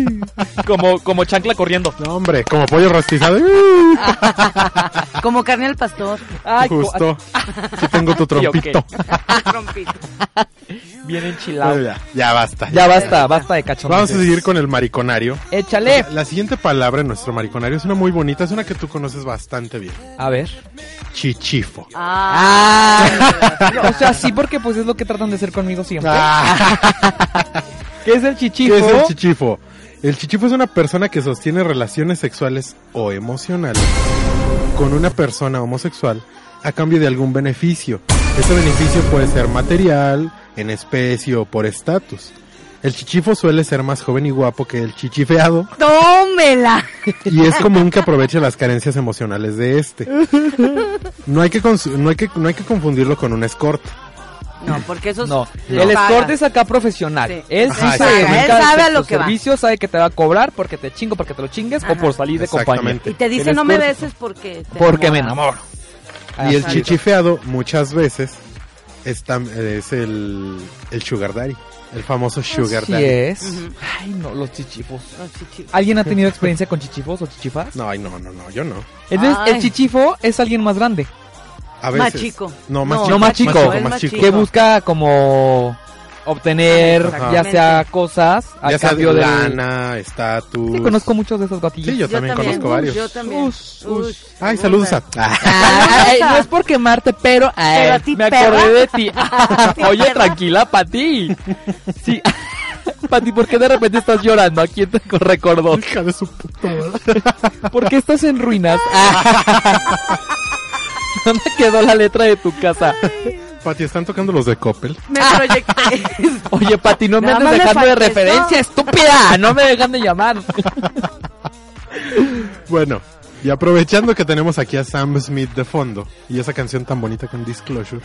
[SPEAKER 9] Héctor.
[SPEAKER 1] Como, como chancla corriendo.
[SPEAKER 9] No, hombre, como pollo rostizado.
[SPEAKER 11] Como carne al pastor.
[SPEAKER 1] Ay, co-
[SPEAKER 9] Justo. Aquí tengo tu trompito.
[SPEAKER 11] Trompito.
[SPEAKER 1] Bien enchilado.
[SPEAKER 9] Bueno, ya, ya basta.
[SPEAKER 1] Ya basta, basta de cachondeos.
[SPEAKER 9] Vamos a seguir con el mariconario.
[SPEAKER 1] Échale.
[SPEAKER 9] La, la siguiente palabra en nuestro mariconario es una muy bonita, es una que tú conoces bastante bien.
[SPEAKER 1] A ver.
[SPEAKER 9] Chichifo.
[SPEAKER 1] o sea, sí, porque pues es lo que tratan de hacer conmigo siempre. ¿Qué es el chichifo?
[SPEAKER 9] Ah. ¿Qué es el chichifo? El chichifo es una persona que sostiene relaciones sexuales o emocionales con una persona homosexual a cambio de algún beneficio. Este beneficio puede ser material, en especie o por estatus. El chichifo suele ser más joven y guapo que el chichifeado
[SPEAKER 11] Tómela.
[SPEAKER 9] y es común que aproveche las carencias emocionales de este. No hay que, consu- no hay que, no hay que confundirlo con un escorte.
[SPEAKER 11] No, porque eso
[SPEAKER 1] No, el escorte es acá profesional.
[SPEAKER 11] Sí.
[SPEAKER 1] Él sí
[SPEAKER 9] Ajá,
[SPEAKER 1] se
[SPEAKER 9] exactamente.
[SPEAKER 1] dedica
[SPEAKER 11] Él
[SPEAKER 1] hacer
[SPEAKER 11] sabe a lo
[SPEAKER 1] tus
[SPEAKER 11] que va.
[SPEAKER 1] servicios, sabe que te va a cobrar porque te chingo, porque te lo chingues o por salir de compañía.
[SPEAKER 9] Exactamente.
[SPEAKER 11] Y te dice,
[SPEAKER 1] El
[SPEAKER 11] no me
[SPEAKER 1] escorte-
[SPEAKER 11] beses porque... te
[SPEAKER 1] Porque me
[SPEAKER 11] enamoras".
[SPEAKER 1] enamoro.
[SPEAKER 9] Y el
[SPEAKER 11] Ajá.
[SPEAKER 9] chichifeado muchas veces es, tam- es el, el sugar daddy, el famoso sugar
[SPEAKER 1] Así
[SPEAKER 9] daddy.
[SPEAKER 1] es.
[SPEAKER 11] Ujú.
[SPEAKER 1] Ay, no, los chichifos.
[SPEAKER 11] Los chichis.
[SPEAKER 1] ¿Alguien ha tenido experiencia con chichifos o chichifas?
[SPEAKER 9] No, ay, no, no, no, yo no.
[SPEAKER 1] Entonces,
[SPEAKER 11] Ay.
[SPEAKER 1] el chichifo es alguien más grande.
[SPEAKER 9] A veces.
[SPEAKER 11] Más chico.
[SPEAKER 9] No, más
[SPEAKER 11] No,
[SPEAKER 9] chico.
[SPEAKER 1] no más chico.
[SPEAKER 11] es
[SPEAKER 9] más
[SPEAKER 11] más
[SPEAKER 9] chico.
[SPEAKER 1] Que busca como obtener
[SPEAKER 9] Ajá.
[SPEAKER 1] ya sea cosas a
[SPEAKER 9] Ya sea de
[SPEAKER 1] cambio de...
[SPEAKER 9] lana, estatus.
[SPEAKER 1] Sí, conozco muchos de esos gatillos.
[SPEAKER 9] Sí, yo, también, conozco varios.
[SPEAKER 11] Yo también.
[SPEAKER 1] Ush,
[SPEAKER 11] Ush,
[SPEAKER 9] Ay,
[SPEAKER 11] ush.
[SPEAKER 9] saludos a...
[SPEAKER 1] Ay, no es por quemarte, pero, ay,
[SPEAKER 11] Pero a ti,
[SPEAKER 1] me acordé
[SPEAKER 11] perra.
[SPEAKER 1] de ti. Oye, tranquila, Pati. Sí. Pati, ¿por qué de repente estás llorando? ¿A quién te recordó?
[SPEAKER 9] Hija de su puta madre.
[SPEAKER 1] ¿Por qué estás en ruinas? ¿Dónde quedó la letra de tu casa?
[SPEAKER 9] Pati, están tocando los de Coppel.
[SPEAKER 11] Me proyecté.
[SPEAKER 1] Oye, Pati, no me
[SPEAKER 11] Nada
[SPEAKER 1] andes
[SPEAKER 11] más me
[SPEAKER 1] dejando de
[SPEAKER 11] faltó.
[SPEAKER 1] referencia, estúpida. No me dejan de llamar.
[SPEAKER 9] Bueno, y aprovechando que tenemos aquí a Sam Smith de fondo y esa canción tan bonita con Disclosure,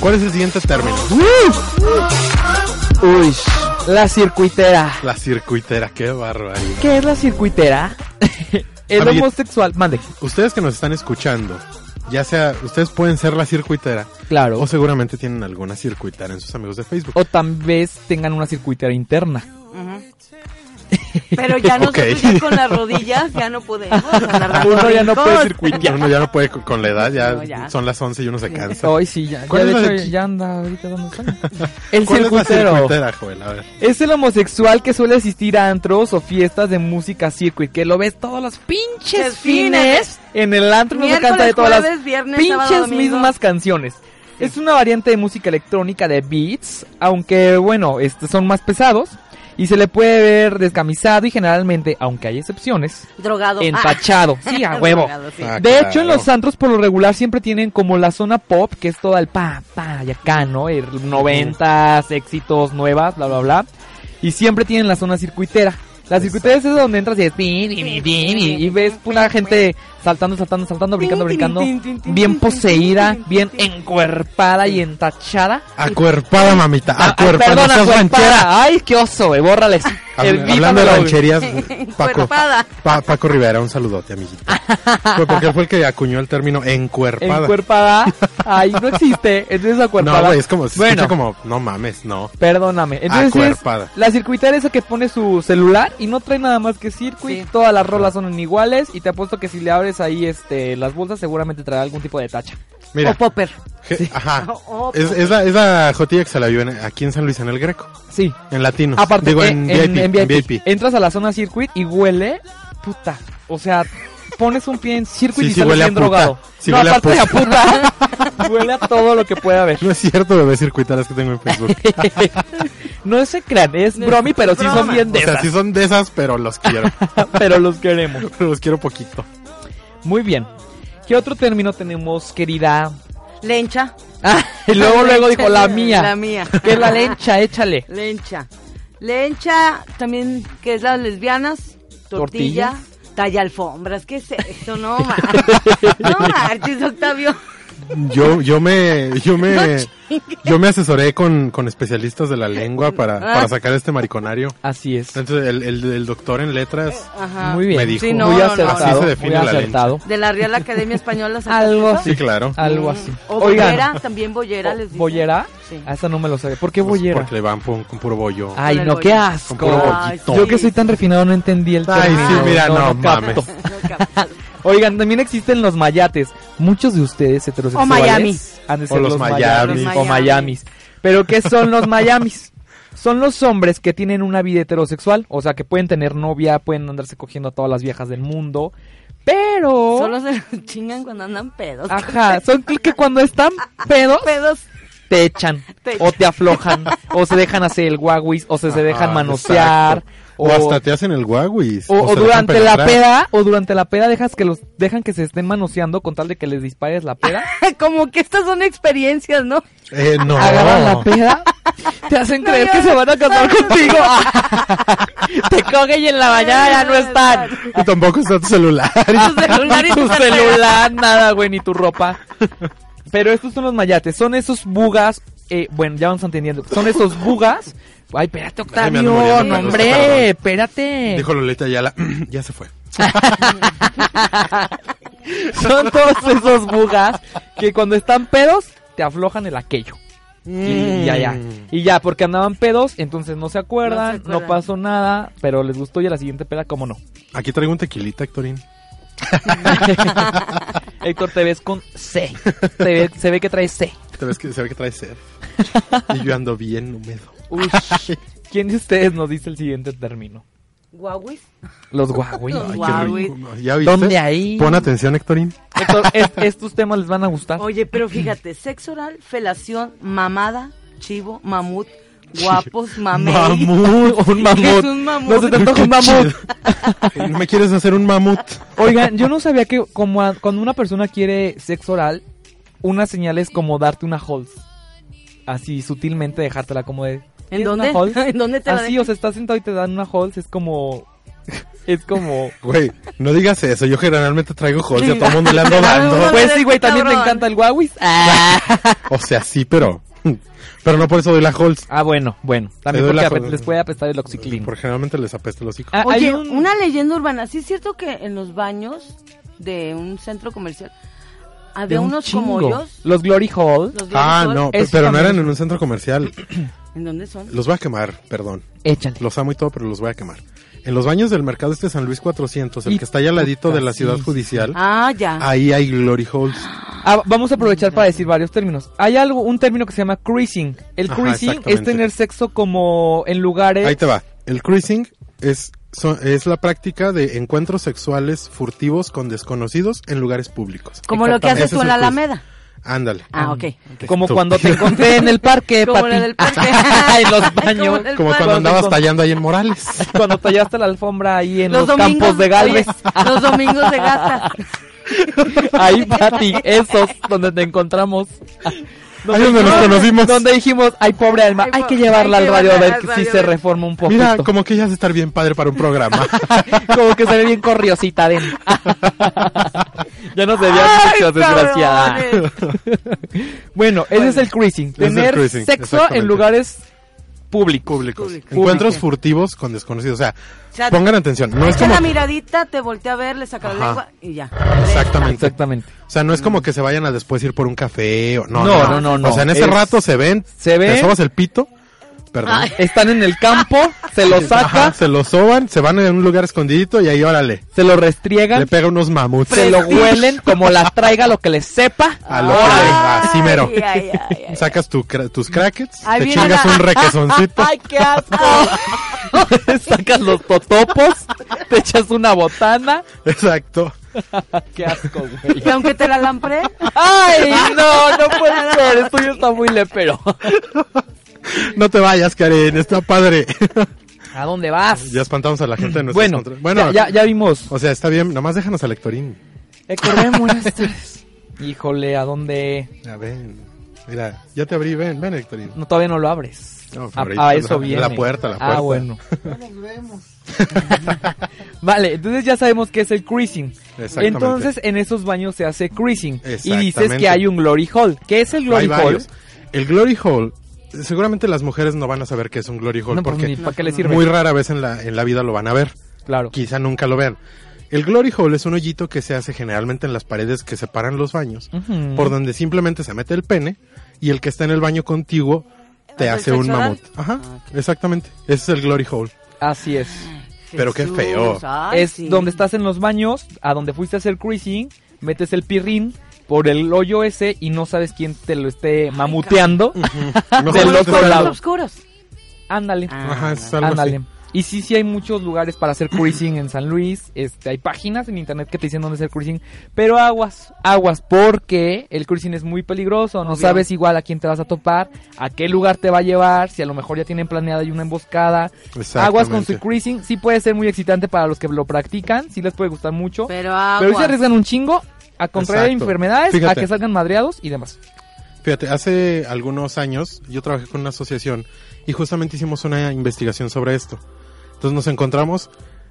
[SPEAKER 9] ¿cuál es el siguiente término?
[SPEAKER 1] Uy, la circuitera.
[SPEAKER 9] La circuitera, qué barbaridad.
[SPEAKER 1] ¿Qué es la circuitera?
[SPEAKER 9] A
[SPEAKER 1] El
[SPEAKER 9] ver,
[SPEAKER 1] homosexual, mande.
[SPEAKER 9] Ustedes que nos están escuchando, ya sea, ustedes pueden ser la circuitera
[SPEAKER 1] Claro.
[SPEAKER 9] o seguramente tienen alguna circuitera en sus amigos de Facebook.
[SPEAKER 1] o tal vez tengan una circuitera interna.
[SPEAKER 11] Ujú. Pero ya nosotros
[SPEAKER 9] Ok.
[SPEAKER 11] ya con las rodillas ya no podemos. andar
[SPEAKER 1] Ah, Uno ya no
[SPEAKER 11] dando
[SPEAKER 1] puede
[SPEAKER 11] brincos.
[SPEAKER 1] circuitear.
[SPEAKER 9] Uno ya no puede con, con la edad, ya,
[SPEAKER 11] No, ya.
[SPEAKER 9] son las 11 y uno se cansa.
[SPEAKER 1] Hoy sí, Oh, ya, ya
[SPEAKER 9] ¿Cuál
[SPEAKER 1] de
[SPEAKER 9] es la
[SPEAKER 1] hecho
[SPEAKER 9] de chi-
[SPEAKER 1] ya anda ahorita dando sueño. El
[SPEAKER 9] ¿Cuál es la
[SPEAKER 1] circuitero
[SPEAKER 9] circuitera, Joel? A ver.
[SPEAKER 1] es el homosexual que suele asistir a antros o fiestas de música circuit, que lo ves todos los pinches
[SPEAKER 11] Los fines.
[SPEAKER 1] fines en el antro, no se
[SPEAKER 11] ¿eh? Miércoles,
[SPEAKER 1] canta de todas las
[SPEAKER 11] jueves, viernes, sábado,
[SPEAKER 1] pinches
[SPEAKER 11] domingo.
[SPEAKER 1] mismas canciones. Es una variante de música electrónica de beats, aunque bueno, este, son más pesados y se le puede ver descamisado y generalmente, aunque hay excepciones,
[SPEAKER 11] Drogado.
[SPEAKER 1] Empachado.
[SPEAKER 11] Ah.
[SPEAKER 1] Sí, a huevo.
[SPEAKER 11] Drogado, sí.
[SPEAKER 9] Ah,
[SPEAKER 1] De hecho, en
[SPEAKER 9] claro.
[SPEAKER 1] los antros por lo regular siempre tienen como la zona pop, que es toda el pa, pa, y acá, ¿no? El noventas, éxitos, nuevas, bla, bla, bla. Y siempre tienen la zona circuitera. La circuitera es donde entras y es pin, pin, pin, pin, y, y ves una gente saltando, saltando, saltando, brincando, brincando, bien poseída, bien encuerpada y entachada.
[SPEAKER 9] Acuerpada, mamita,
[SPEAKER 1] Ah, ah,
[SPEAKER 9] acuerpada, no seas
[SPEAKER 1] acuerpada.
[SPEAKER 9] ranchera.
[SPEAKER 1] Ay, qué oso, güey, bórrales.
[SPEAKER 9] Habla-
[SPEAKER 1] Hervida
[SPEAKER 9] Hablando de
[SPEAKER 1] Raúl.
[SPEAKER 9] rancherías, Paco,
[SPEAKER 11] Encuerpada.
[SPEAKER 9] Pa- Paco Rivera, un saludote, amiguito. Fue porque él fue el que acuñó el término encuerpada.
[SPEAKER 1] Encuerpada. Ay, no existe. Entonces acuerpada.
[SPEAKER 9] No, güey, es como, se
[SPEAKER 1] Bueno,
[SPEAKER 9] escucha como, no mames, no.
[SPEAKER 1] perdóname. Entonces,
[SPEAKER 9] Acuerpada.
[SPEAKER 1] la circuitar esa que pone su celular y no trae nada más que circuit. Todas las rolas son iguales y te apuesto que si le abres ahí este las bolsas seguramente traerá algún tipo de tacha.
[SPEAKER 9] Mira.
[SPEAKER 1] O popper.
[SPEAKER 9] Je- Ajá.
[SPEAKER 1] O- o-
[SPEAKER 9] Es, es la, es la jotilla que se la vio en- aquí en San Luis, en el Greco.
[SPEAKER 1] Sí.
[SPEAKER 9] En latinos.
[SPEAKER 1] Aparte,
[SPEAKER 9] Digo,
[SPEAKER 1] eh,
[SPEAKER 9] en, VIP, en VIP.
[SPEAKER 1] Entras a la zona circuit y huele, puta. O sea, pones un pie en circuit
[SPEAKER 9] Sí,
[SPEAKER 1] y
[SPEAKER 9] sí
[SPEAKER 1] sales
[SPEAKER 9] huele a
[SPEAKER 1] bien
[SPEAKER 9] puta.
[SPEAKER 1] drogado.
[SPEAKER 9] Sí
[SPEAKER 1] no,
[SPEAKER 9] huele a
[SPEAKER 1] aparte de a puta, huele a todo lo que pueda haber.
[SPEAKER 9] No es cierto, bebé circuitaras que tengo en Facebook.
[SPEAKER 1] No se crean, es bromi, pero sí son bien de
[SPEAKER 9] O sea,
[SPEAKER 1] esas.
[SPEAKER 9] sí son de esas, pero los quiero.
[SPEAKER 1] pero los queremos.
[SPEAKER 9] Pero los quiero poquito.
[SPEAKER 1] Muy bien. ¿Qué otro término tenemos, querida? Ah,
[SPEAKER 11] Lencha.
[SPEAKER 1] Y luego, luego dijo, la mía.
[SPEAKER 11] La mía.
[SPEAKER 1] Que es la lencha, échale.
[SPEAKER 11] Lencha. Lencha Ah, también, que es las lesbianas, tortilla, talla alfombras. ¿Qué es esto? No marches. No marches, Octavio.
[SPEAKER 9] Yo, yo me, yo me,
[SPEAKER 11] chingues.
[SPEAKER 9] yo me asesoré con, con especialistas de la
[SPEAKER 1] Ah.
[SPEAKER 9] lengua para, para sacar este mariconario.
[SPEAKER 1] Así es.
[SPEAKER 9] Entonces, el, el, el doctor en letras
[SPEAKER 11] Ajá.
[SPEAKER 1] Muy bien.
[SPEAKER 9] me dijo,
[SPEAKER 11] Sí, no, Muy no, no.
[SPEAKER 1] acertado,
[SPEAKER 9] así se define
[SPEAKER 1] muy
[SPEAKER 9] la
[SPEAKER 1] acertado.
[SPEAKER 9] lencha.
[SPEAKER 11] De la Real Academia Española. ¿se
[SPEAKER 1] Algo
[SPEAKER 11] acuerdan?
[SPEAKER 1] así.
[SPEAKER 9] Sí, claro.
[SPEAKER 1] Algo así.
[SPEAKER 11] Mm, O
[SPEAKER 1] Oigan.
[SPEAKER 11] bollera, también bollera les dicen.
[SPEAKER 1] ¿Bollera?
[SPEAKER 11] Sí.
[SPEAKER 1] A esa no me lo sabía. ¿Por qué bollera?
[SPEAKER 9] Pues, Porque le van con, con puro bollo.
[SPEAKER 1] Ay,
[SPEAKER 11] Con el
[SPEAKER 1] no, qué
[SPEAKER 11] bollo.
[SPEAKER 1] asco.
[SPEAKER 9] Con puro
[SPEAKER 1] Ay,
[SPEAKER 9] poquito.
[SPEAKER 1] Yo que soy tan refinado no entendí el
[SPEAKER 9] Ay,
[SPEAKER 1] término.
[SPEAKER 9] sí, mira,
[SPEAKER 1] capto.
[SPEAKER 9] no, mames.
[SPEAKER 1] Oigan, también existen los mayates. Muchos de ustedes heterosexuales
[SPEAKER 11] O Miami.
[SPEAKER 1] han de
[SPEAKER 9] O
[SPEAKER 1] ser
[SPEAKER 9] los
[SPEAKER 1] los
[SPEAKER 9] Miamis.
[SPEAKER 1] mayamis o mayamis. Pero ¿qué son los mayamis? Son los hombres que tienen una vida heterosexual, o sea, que pueden tener novia, pueden andarse cogiendo a todas las viejas del mundo, pero
[SPEAKER 11] Solo se los chingan cuando andan pedos.
[SPEAKER 1] ajá, son que cuando están pedos
[SPEAKER 11] Pedos.
[SPEAKER 1] te echan,
[SPEAKER 11] Te
[SPEAKER 1] o te aflojan, o se dejan hacer el guaguis, o se, se dejan manosear,
[SPEAKER 9] exacto. O, hasta te hacen el guagui.
[SPEAKER 1] o, o durante la peda, o durante la peda dejas que los, dejan que se estén manoseando con tal de que les dispares la peda.
[SPEAKER 9] Ah.
[SPEAKER 11] Como que estas son experiencias, ¿no?
[SPEAKER 9] Eh, no.
[SPEAKER 1] Agarran la peda, te hacen creer que se van a casar contigo. te cogen y en la mañana ya no están.
[SPEAKER 9] Y tampoco está tu celular.
[SPEAKER 11] Tu celular y
[SPEAKER 1] tu
[SPEAKER 11] tu cartera.
[SPEAKER 1] celular, nada, güey, ni tu ropa. Pero estos son los mayates, son esos bugas, eh, bueno, ya vamos entendiendo, son esos bugas. Ay, espérate,
[SPEAKER 9] Ay, me
[SPEAKER 1] Octavio,
[SPEAKER 9] ando muriendo,
[SPEAKER 1] no,
[SPEAKER 9] me gusta,
[SPEAKER 1] hombre,
[SPEAKER 9] perdón.
[SPEAKER 1] espérate.
[SPEAKER 9] Dijo Lolita Ayala, ya se fue.
[SPEAKER 1] Son todos esos bugas que cuando están pedos te aflojan el aquello. Y ya, ya. Y ya, porque andaban pedos, entonces no se acuerdan, no,
[SPEAKER 11] No se acuerdan.
[SPEAKER 1] pasó nada, pero les gustó y a la siguiente peda, ¿cómo no?
[SPEAKER 9] Aquí traigo un tequilita, Hectorín.
[SPEAKER 1] Héctor, te ves con C. Te ve- se ve que traes C.
[SPEAKER 9] Te ves que se ve que trae sed. Y yo ando bien húmedo.
[SPEAKER 1] Uy, ¿Quién de ustedes nos dice el siguiente término?
[SPEAKER 11] Guauis.
[SPEAKER 1] Los guagüey.
[SPEAKER 11] Los
[SPEAKER 9] Ay, qué
[SPEAKER 11] guauis.
[SPEAKER 9] rico. ¿Ya viste?
[SPEAKER 1] ¿Dónde ahí?
[SPEAKER 9] Pon atención, Hectorín.
[SPEAKER 1] Héctor, es- estos temas les van a gustar.
[SPEAKER 11] Oye, pero fíjate, sexo oral, felación, mamada, chivo, mamut, guapos, mamey.
[SPEAKER 1] Mamut, un mamut.
[SPEAKER 11] Es un mamut.
[SPEAKER 1] No se te antoja un mamut.
[SPEAKER 9] Eh, ¿No me quieres hacer un mamut?
[SPEAKER 1] Oigan, yo no sabía que como a- cuando una persona quiere sexo oral, una señal es como darte una holz. Así, sutilmente dejártela como de...
[SPEAKER 11] ¿En
[SPEAKER 1] ¿quieres una
[SPEAKER 11] dónde?
[SPEAKER 1] Halls?
[SPEAKER 11] ¿En dónde te la
[SPEAKER 1] Así,
[SPEAKER 11] dejo?
[SPEAKER 1] o sea, estás sentado y te dan una holz, es como... Es como...
[SPEAKER 9] Güey, no digas eso. Yo generalmente traigo holes y a todo el mundo le ando dando.
[SPEAKER 1] Pues sí, güey, también me
[SPEAKER 11] Ah, Cabrón.
[SPEAKER 1] encanta el Ah, guauis.
[SPEAKER 9] O sea, sí, pero... Pero no por eso doy la holes.
[SPEAKER 1] Ah, bueno, bueno. También
[SPEAKER 9] doy
[SPEAKER 1] porque
[SPEAKER 9] la
[SPEAKER 1] apre-
[SPEAKER 9] jol-
[SPEAKER 1] les puede apestar el oxiclín.
[SPEAKER 9] Porque generalmente les apesta el hocico.
[SPEAKER 1] Ah, hay
[SPEAKER 11] Oye,
[SPEAKER 1] un-
[SPEAKER 11] una leyenda urbana. ¿Sí es cierto que en los baños de un centro comercial
[SPEAKER 1] de
[SPEAKER 11] había
[SPEAKER 1] un
[SPEAKER 11] unos
[SPEAKER 1] chingo.
[SPEAKER 11] como hoyos?
[SPEAKER 1] Los Glory Hall.
[SPEAKER 11] Los
[SPEAKER 9] Ah,
[SPEAKER 11] globos
[SPEAKER 9] no,
[SPEAKER 11] son-
[SPEAKER 9] pe-
[SPEAKER 1] eso
[SPEAKER 9] pero no
[SPEAKER 1] también
[SPEAKER 9] eran
[SPEAKER 1] es-
[SPEAKER 9] en un centro comercial.
[SPEAKER 11] ¿En dónde son?
[SPEAKER 9] Los voy a quemar, perdón.
[SPEAKER 1] Échale.
[SPEAKER 9] Los amo y todo, pero los voy a quemar. En los baños del mercado este San Luis 400,
[SPEAKER 1] Y-
[SPEAKER 9] el que está allá al ladito de la
[SPEAKER 1] sí,
[SPEAKER 9] ciudad
[SPEAKER 1] sí.
[SPEAKER 9] judicial,
[SPEAKER 11] Ah, ya.
[SPEAKER 9] ahí hay glory holes.
[SPEAKER 1] Ah, vamos a aprovechar para decir varios términos. Hay algo, un término que se llama cruising. El
[SPEAKER 9] Ajá,
[SPEAKER 1] cruising es
[SPEAKER 9] exactamente.
[SPEAKER 1] tener sexo como en lugares.
[SPEAKER 9] Ahí te va. El cruising es, so- es la práctica de encuentros sexuales furtivos con desconocidos en lugares públicos.
[SPEAKER 11] Como lo que
[SPEAKER 9] Exactamente.
[SPEAKER 11] haces
[SPEAKER 9] Ese
[SPEAKER 11] tú
[SPEAKER 9] es
[SPEAKER 11] en la
[SPEAKER 9] el cruising.
[SPEAKER 11] Alameda.
[SPEAKER 9] Ándale.
[SPEAKER 11] Ah, ok.
[SPEAKER 1] Como
[SPEAKER 9] Tú.
[SPEAKER 1] cuando te encontré en el parque,
[SPEAKER 11] Como
[SPEAKER 1] Pati.
[SPEAKER 11] la del parque.
[SPEAKER 1] en los
[SPEAKER 11] Como
[SPEAKER 1] baños.
[SPEAKER 11] la del
[SPEAKER 9] Como
[SPEAKER 11] parque.
[SPEAKER 9] cuando andabas
[SPEAKER 1] encont-
[SPEAKER 9] tallando ahí en Morales.
[SPEAKER 1] Cuando tallaste la alfombra ahí en los, campos de Galvez.
[SPEAKER 11] oye, los domingos de Gata.
[SPEAKER 1] ahí, Pati, esos donde te encontramos.
[SPEAKER 9] Ahí donde nos conocimos.
[SPEAKER 1] Donde dijimos, ay, pobre alma,
[SPEAKER 11] Ay,
[SPEAKER 1] hay que
[SPEAKER 11] po-
[SPEAKER 1] llevarla
[SPEAKER 11] hay
[SPEAKER 1] al
[SPEAKER 11] que
[SPEAKER 1] radio a
[SPEAKER 11] llevarla
[SPEAKER 1] ver
[SPEAKER 11] al
[SPEAKER 1] si
[SPEAKER 11] radio
[SPEAKER 1] se
[SPEAKER 11] a ver.
[SPEAKER 1] reforma un poquito.
[SPEAKER 9] Mira, como que ya se estar bien padre para un programa.
[SPEAKER 1] Como que se ve bien corriosita, den. ya nos debían
[SPEAKER 11] Ay,
[SPEAKER 1] muchos, desgraciada. bueno, ese es el cruising.
[SPEAKER 9] Ese es el
[SPEAKER 1] Tener
[SPEAKER 9] cruising,
[SPEAKER 1] sexo en
[SPEAKER 9] exactamente.
[SPEAKER 1] lugares Públicos.
[SPEAKER 9] Públicos. Encuentros furtivos con desconocidos. O sea,
[SPEAKER 11] O sea,
[SPEAKER 9] pongan atención. No es
[SPEAKER 11] echa
[SPEAKER 9] como.
[SPEAKER 11] la miradita, te voltea a ver, le saca la
[SPEAKER 9] Ajá.
[SPEAKER 11] lengua y ya.
[SPEAKER 9] Exactamente.
[SPEAKER 1] Exactamente.
[SPEAKER 9] O sea, no es como que se vayan a después ir por un café o no.
[SPEAKER 1] Mm. No, no, no, no.
[SPEAKER 9] O sea, en ese
[SPEAKER 1] Es-
[SPEAKER 9] rato se ven.
[SPEAKER 1] se ven.
[SPEAKER 9] Te sobas el pito. Perdón.
[SPEAKER 1] Ay. Están en el campo, se lo saca,
[SPEAKER 9] Ajá, se lo soban, se van a un lugar escondidito y ahí órale.
[SPEAKER 1] Se lo restriegan.
[SPEAKER 9] Le pega Ah. unos mamuts.
[SPEAKER 1] se lo huelen como las traiga lo que les sepa.
[SPEAKER 9] A lo que
[SPEAKER 1] Órale.
[SPEAKER 9] le- así mero.
[SPEAKER 11] Ay, ay, ay, ay.
[SPEAKER 9] Sacas tu cra- tus crackets,
[SPEAKER 11] Ahí
[SPEAKER 9] te
[SPEAKER 11] viene
[SPEAKER 9] chingas
[SPEAKER 11] la-
[SPEAKER 9] un requesoncito.
[SPEAKER 11] Ay, qué asco.
[SPEAKER 1] Sacas los totopos, te echas una botana.
[SPEAKER 9] Exacto.
[SPEAKER 1] Qué asco, güey.
[SPEAKER 11] Y aunque te la lampré.
[SPEAKER 1] Ay, no, no puede ser. El tuyo está muy lepero.
[SPEAKER 9] No te vayas, Karen, está padre.
[SPEAKER 1] ¿A dónde vas?
[SPEAKER 9] ya espantamos a la gente de nuestros
[SPEAKER 1] Bueno,
[SPEAKER 9] contra-
[SPEAKER 1] ya- ya- ya vimos.
[SPEAKER 9] O sea, está bien, nomás déjanos al lectorín.
[SPEAKER 1] Héctor, ven, buenas tardes. Híjole, ¿a dónde?
[SPEAKER 9] A ver, mira, ya te abrí, ven, ven, lectorín.
[SPEAKER 1] No, todavía no lo abres.
[SPEAKER 9] No,
[SPEAKER 1] a,
[SPEAKER 9] ahorita,
[SPEAKER 1] a
[SPEAKER 9] la-
[SPEAKER 1] eso viene.
[SPEAKER 9] la puerta, la
[SPEAKER 1] Ah,
[SPEAKER 9] puerta.
[SPEAKER 1] bueno. Vale, entonces ya sabemos que es el creasing.
[SPEAKER 9] Exactamente.
[SPEAKER 1] Entonces en esos baños se hace creasing. Y dices
[SPEAKER 9] Exactamente.
[SPEAKER 1] que hay un glory hall. ¿Qué es el glory
[SPEAKER 9] Hay
[SPEAKER 1] hall?
[SPEAKER 9] varios. El glory hole, seguramente las mujeres no van a saber qué es un glory hole
[SPEAKER 1] No, pues,
[SPEAKER 9] porque
[SPEAKER 1] ni ¿para qué les sirve?
[SPEAKER 9] muy rara vez en la, en la vida lo van a ver.
[SPEAKER 1] Claro.
[SPEAKER 9] Quizá nunca lo vean. El glory hole es un hoyito que se hace generalmente en las paredes que separan los baños,
[SPEAKER 1] Ujú.
[SPEAKER 9] por donde simplemente se mete el pene y el que está en el baño contiguo te
[SPEAKER 1] ¿Hace
[SPEAKER 9] hace
[SPEAKER 1] el
[SPEAKER 9] un
[SPEAKER 1] sexo oral?
[SPEAKER 9] mamut. Ajá, exactamente. Ese es el glory hole.
[SPEAKER 1] Así es.
[SPEAKER 9] Pero qué Jesús, feo. ay,
[SPEAKER 1] es
[SPEAKER 9] sí.
[SPEAKER 1] donde estás en los baños, a donde fuiste a hacer creasing, metes el pirrín por el hoyo ese y no sabes quién te lo esté mamuteando
[SPEAKER 9] Mejor
[SPEAKER 1] del
[SPEAKER 9] no te
[SPEAKER 1] otro
[SPEAKER 9] salgas.
[SPEAKER 1] lado.
[SPEAKER 11] oscuros.
[SPEAKER 1] Ándale.
[SPEAKER 9] Ajá, es algo
[SPEAKER 1] Ándale.
[SPEAKER 9] así.
[SPEAKER 1] Y sí, sí hay muchos lugares para hacer cruising en San Luis. Este, hay páginas en internet que te dicen dónde hacer cruising. Pero aguas, aguas, porque el cruising es muy peligroso. No
[SPEAKER 11] Obvio.
[SPEAKER 1] sabes igual a quién te vas a topar, a qué lugar te va a llevar, si a lo mejor ya tienen planeada y una emboscada.
[SPEAKER 9] Exactamente.
[SPEAKER 1] Aguas con su cruising. Sí puede ser muy excitante para los que lo practican, sí les puede gustar mucho.
[SPEAKER 11] Pero
[SPEAKER 1] Pero sí
[SPEAKER 11] aguas.
[SPEAKER 1] arriesgan un chingo a contraer
[SPEAKER 9] Exacto.
[SPEAKER 1] enfermedades, a
[SPEAKER 9] Fíjate.
[SPEAKER 1] que salgan madreados y demás.
[SPEAKER 9] Fíjate, hace algunos años yo trabajé con una asociación y justamente hicimos una investigación sobre esto. Entonces nos encontramos,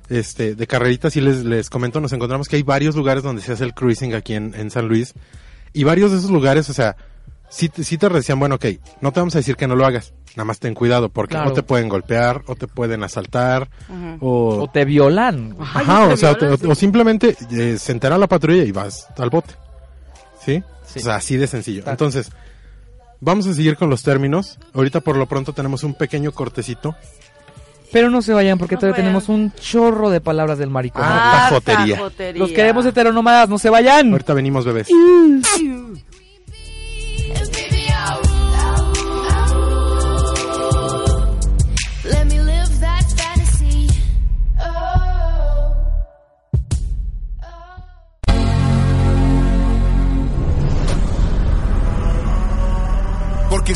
[SPEAKER 9] este, de carreritas y les, les comento, nos encontramos que hay varios lugares donde se hace el cruising aquí en, en San Luis. Y varios de esos lugares, o sea, sí, te- sí te decían, bueno, ok, no te vamos a decir que no lo hagas, nada más ten cuidado porque
[SPEAKER 1] Claro.
[SPEAKER 9] o te pueden golpear, o te pueden asaltar,
[SPEAKER 1] Ujú.
[SPEAKER 9] o...
[SPEAKER 1] O te violan. güey.
[SPEAKER 9] Ajá, o sea, te- o simplemente eh, se entera la patrulla y vas al bote. ¿Sí? O sea, así de sencillo. Entonces, vamos a seguir con los términos. Ahorita por lo pronto tenemos un pequeño cortecito.
[SPEAKER 1] Pero no se vayan porque
[SPEAKER 11] No
[SPEAKER 1] todavía
[SPEAKER 11] vayan.
[SPEAKER 1] tenemos un chorro de palabras del maricón.
[SPEAKER 9] Ah, tajotería.
[SPEAKER 1] Los queremos heteronómadas, no se vayan.
[SPEAKER 9] Ahorita venimos, bebés.
[SPEAKER 5] Let me live that fantasy. Oh.
[SPEAKER 13] Porque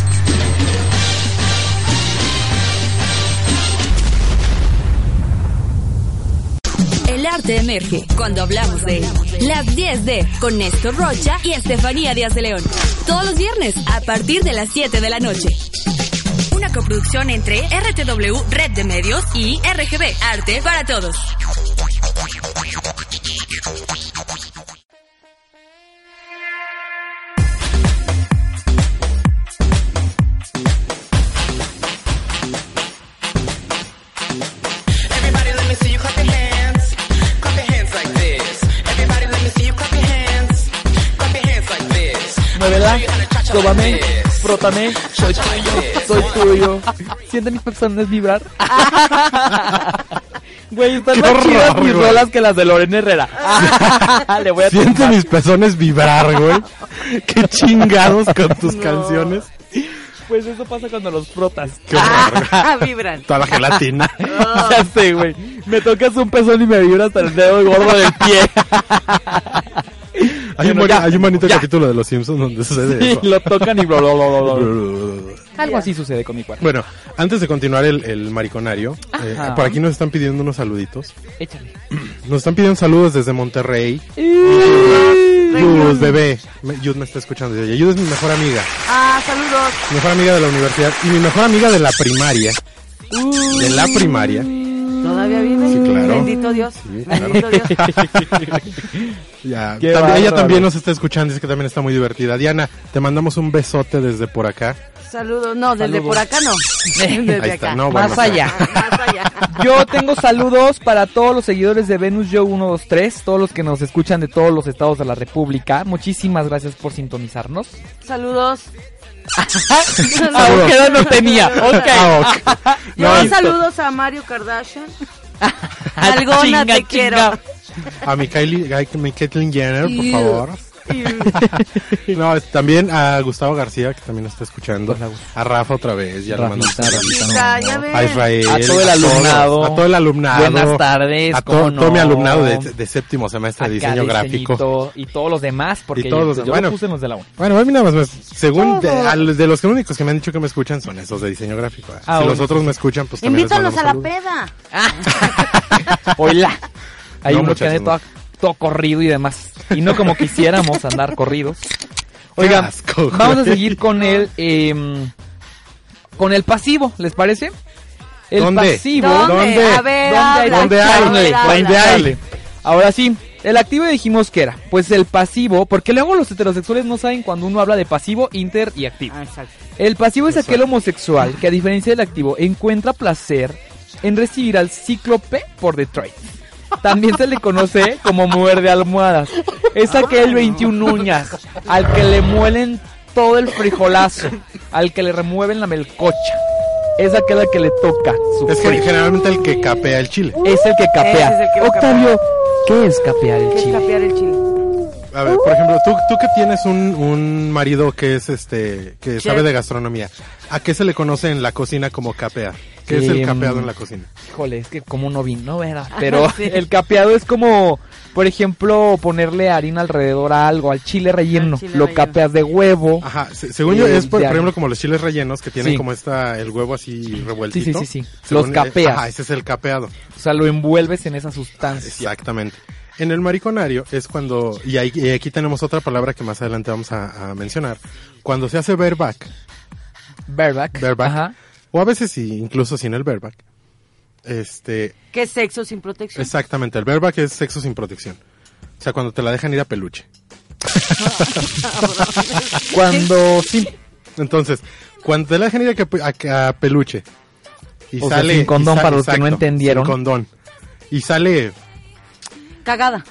[SPEAKER 14] El arte emerge cuando hablamos de él. Las 10 de con Néstor Rocha y Estefanía Díaz de León. Todos los viernes a partir de las 7 de la noche. Una coproducción entre RTW Red de Medios y RGB Arte para Todos.
[SPEAKER 12] Everybody, let me see you clap your hands. Clap your hands like this. Everybody, let me see you clap your hands. Clap your hands like this.
[SPEAKER 1] Muévela, tómame, frótame, soy tuyo, soy tuyo. Siente mis personas vibrar. Güey, están
[SPEAKER 12] Qué
[SPEAKER 1] más chidas
[SPEAKER 9] horror,
[SPEAKER 1] mis
[SPEAKER 9] güey.
[SPEAKER 1] rolas que las de Lorena Herrera. Le voy a
[SPEAKER 9] Siente
[SPEAKER 1] tumbar.
[SPEAKER 9] mis pezones vibrar, güey. Qué chingados con tus canciones.
[SPEAKER 1] Pues eso pasa cuando los frotas.
[SPEAKER 9] Qué horror.
[SPEAKER 1] Ah,
[SPEAKER 11] Vibran.
[SPEAKER 9] Toda la gelatina.
[SPEAKER 1] ya sé, güey. Me tocas un pezón y me vibra hasta el dedo gordo del pie.
[SPEAKER 9] Hay un,
[SPEAKER 1] Bueno,
[SPEAKER 9] boni-
[SPEAKER 1] ya,
[SPEAKER 9] hay un bonito
[SPEAKER 1] ya.
[SPEAKER 9] capítulo de Los Simpsons donde sucede
[SPEAKER 1] Sí,
[SPEAKER 9] eso.
[SPEAKER 1] lo tocan y bla, bla, bla, bla, bla. Algo así sucede con mi cuerpo.
[SPEAKER 9] Bueno, antes de continuar el, el mariconario, eh,
[SPEAKER 1] Ajá.
[SPEAKER 9] por aquí nos están pidiendo unos saluditos.
[SPEAKER 1] Échale.
[SPEAKER 9] Nos están pidiendo saludos desde Monterrey. Yud, bebé. Me- Yud me está escuchando. Yud Yud es mi mejor amiga.
[SPEAKER 11] Ah, saludos.
[SPEAKER 9] Mi mejor amiga de la universidad y mi mejor amiga de la primaria. De la primaria.
[SPEAKER 11] Todavía vive.
[SPEAKER 9] Sí, claro.
[SPEAKER 11] Bendito Dios.
[SPEAKER 9] Sí, claro.
[SPEAKER 11] Bendito Dios.
[SPEAKER 9] Ya,
[SPEAKER 1] Qué
[SPEAKER 9] también- ella
[SPEAKER 1] bárbaro.
[SPEAKER 9] también nos está escuchando, dice que también está muy divertida. Diana, te mandamos un besote desde por acá.
[SPEAKER 11] Saludos. No, desde
[SPEAKER 1] Saludos.
[SPEAKER 11] por acá no. Desde
[SPEAKER 9] Ahí
[SPEAKER 11] acá.
[SPEAKER 9] está, no,
[SPEAKER 1] Más
[SPEAKER 9] bueno,
[SPEAKER 1] allá. Yo tengo saludos para todos los seguidores de Venus Yo 123, todos los que nos escuchan de todos los estados de la República. Muchísimas gracias por sintonizarnos.
[SPEAKER 11] Saludos.
[SPEAKER 1] Ah, queda no tenía. Ok.
[SPEAKER 9] Ah, ok.
[SPEAKER 11] Yo
[SPEAKER 9] No,
[SPEAKER 11] saludos a Mario Kardashian.
[SPEAKER 1] Ah,
[SPEAKER 11] Algona, te quiero.
[SPEAKER 9] A mi Kylie, a mi Caitlyn Jenner, por
[SPEAKER 11] Ew.
[SPEAKER 9] favor. No, es- también a Gustavo García, que también nos está escuchando. A Rafa otra vez, ya le mandamos un saludo.
[SPEAKER 11] Rafita, ya ves.
[SPEAKER 9] A Israel.
[SPEAKER 1] A todo el
[SPEAKER 9] todos,
[SPEAKER 1] alumnado.
[SPEAKER 9] A todo el alumnado.
[SPEAKER 1] Buenas tardes,
[SPEAKER 9] A todo,
[SPEAKER 1] cómo
[SPEAKER 9] todo mi
[SPEAKER 1] no.
[SPEAKER 9] alumnado de, de séptimo semestre de
[SPEAKER 1] Cada
[SPEAKER 9] diseño gráfico.
[SPEAKER 1] diseñito Y todos los demás, porque
[SPEAKER 9] Y todos los-
[SPEAKER 1] yo, yo
[SPEAKER 9] bueno.
[SPEAKER 1] puse los de la 1.
[SPEAKER 9] Bueno, a mí nada más, me- según de, a los- de los que únicos que me han dicho que me escuchan son esos de diseño gráfico. ¿eh?
[SPEAKER 1] Ah,
[SPEAKER 9] si
[SPEAKER 1] bueno.
[SPEAKER 9] los otros me escuchan, pues también les
[SPEAKER 11] Invítalos a la
[SPEAKER 9] mandamos
[SPEAKER 11] peda. Ah.
[SPEAKER 1] Hola. Hay
[SPEAKER 9] No,
[SPEAKER 1] uno que
[SPEAKER 9] muchachos,
[SPEAKER 1] anda
[SPEAKER 9] no.
[SPEAKER 1] todo, todo corrido y demás. Y no como quisiéramos andar corridos.
[SPEAKER 9] Qué
[SPEAKER 1] Oigan,
[SPEAKER 9] asco, güey.
[SPEAKER 1] vamos a seguir con el em, con el pasivo, ¿les parece? El
[SPEAKER 9] ¿Dónde?
[SPEAKER 1] pasivo.
[SPEAKER 9] ¿Dónde? ¿Dónde? A ver, habla, ¿Dónde hay?
[SPEAKER 1] Charlie?
[SPEAKER 9] ¿Dónde hay?
[SPEAKER 1] ¿Dónde hay?
[SPEAKER 9] Charlie.
[SPEAKER 1] Ahora sí, el activo dijimos que era, pues el pasivo, porque luego los heterosexuales no saben cuando uno habla de pasivo, inter y activo.
[SPEAKER 9] Ah,
[SPEAKER 1] El pasivo es aquel homosexual que a diferencia del activo encuentra placer en recibir al cíclope por Detroit. También se le conoce como muerde almohadas. Es aquel 21 uñas al que le muelen todo el frijolazo, al que le remueven la melcocha. Es aquel al que le toca su
[SPEAKER 9] Es que
[SPEAKER 1] frijol.
[SPEAKER 9] generalmente el que capea el chile.
[SPEAKER 1] Es el que capea.
[SPEAKER 11] Ese es el que va a
[SPEAKER 1] Octavio, ¿qué es capear el
[SPEAKER 11] Es
[SPEAKER 1] chile?
[SPEAKER 11] capear el chile.
[SPEAKER 9] A ver, por ejemplo, tú, tú que tienes un, un marido que es este, que
[SPEAKER 11] Chef.
[SPEAKER 9] sabe de gastronomía, ¿a qué se le conoce en la cocina como capear? ¿Qué es el
[SPEAKER 1] Em,
[SPEAKER 9] capeado en la cocina?
[SPEAKER 1] Híjole, es que como no vino, ¿verdad? Pero el capeado es como, por ejemplo, ponerle harina alrededor a algo, al chile relleno. lo capeas de huevo.
[SPEAKER 9] Ajá, Se- Según yo,
[SPEAKER 1] Eh,
[SPEAKER 9] es por,
[SPEAKER 1] de
[SPEAKER 9] por
[SPEAKER 1] harina.
[SPEAKER 9] ejemplo como los chiles rellenos que tienen
[SPEAKER 1] Sí.
[SPEAKER 9] como esta, el huevo así revueltito.
[SPEAKER 1] Sí, sí, sí, sí.
[SPEAKER 9] Según-
[SPEAKER 1] Los capeas.
[SPEAKER 9] Ajá, ese es el capeado.
[SPEAKER 1] O sea, lo envuelves en esa sustancia.
[SPEAKER 9] Exactamente. En el mariconario es cuando, y, ahí- y aquí tenemos otra palabra que más adelante vamos a, a mencionar, cuando se hace bareback,
[SPEAKER 1] Verbac.
[SPEAKER 9] bareback,
[SPEAKER 1] Ajá.
[SPEAKER 9] o a veces sí, incluso sin el bareback, este,
[SPEAKER 11] ¿Qué es sexo sin protección?
[SPEAKER 9] Exactamente, el verba que es sexo sin protección. O sea, cuando te la dejan ir a peluche.
[SPEAKER 1] cuando sí.
[SPEAKER 9] Entonces, cuando te la dejan ir a, que- a- a peluche y
[SPEAKER 1] O sea,
[SPEAKER 9] sale
[SPEAKER 1] sin condón
[SPEAKER 9] y sa-
[SPEAKER 1] para los que no entendieron.
[SPEAKER 9] sin condón. Y sale
[SPEAKER 11] Cagada.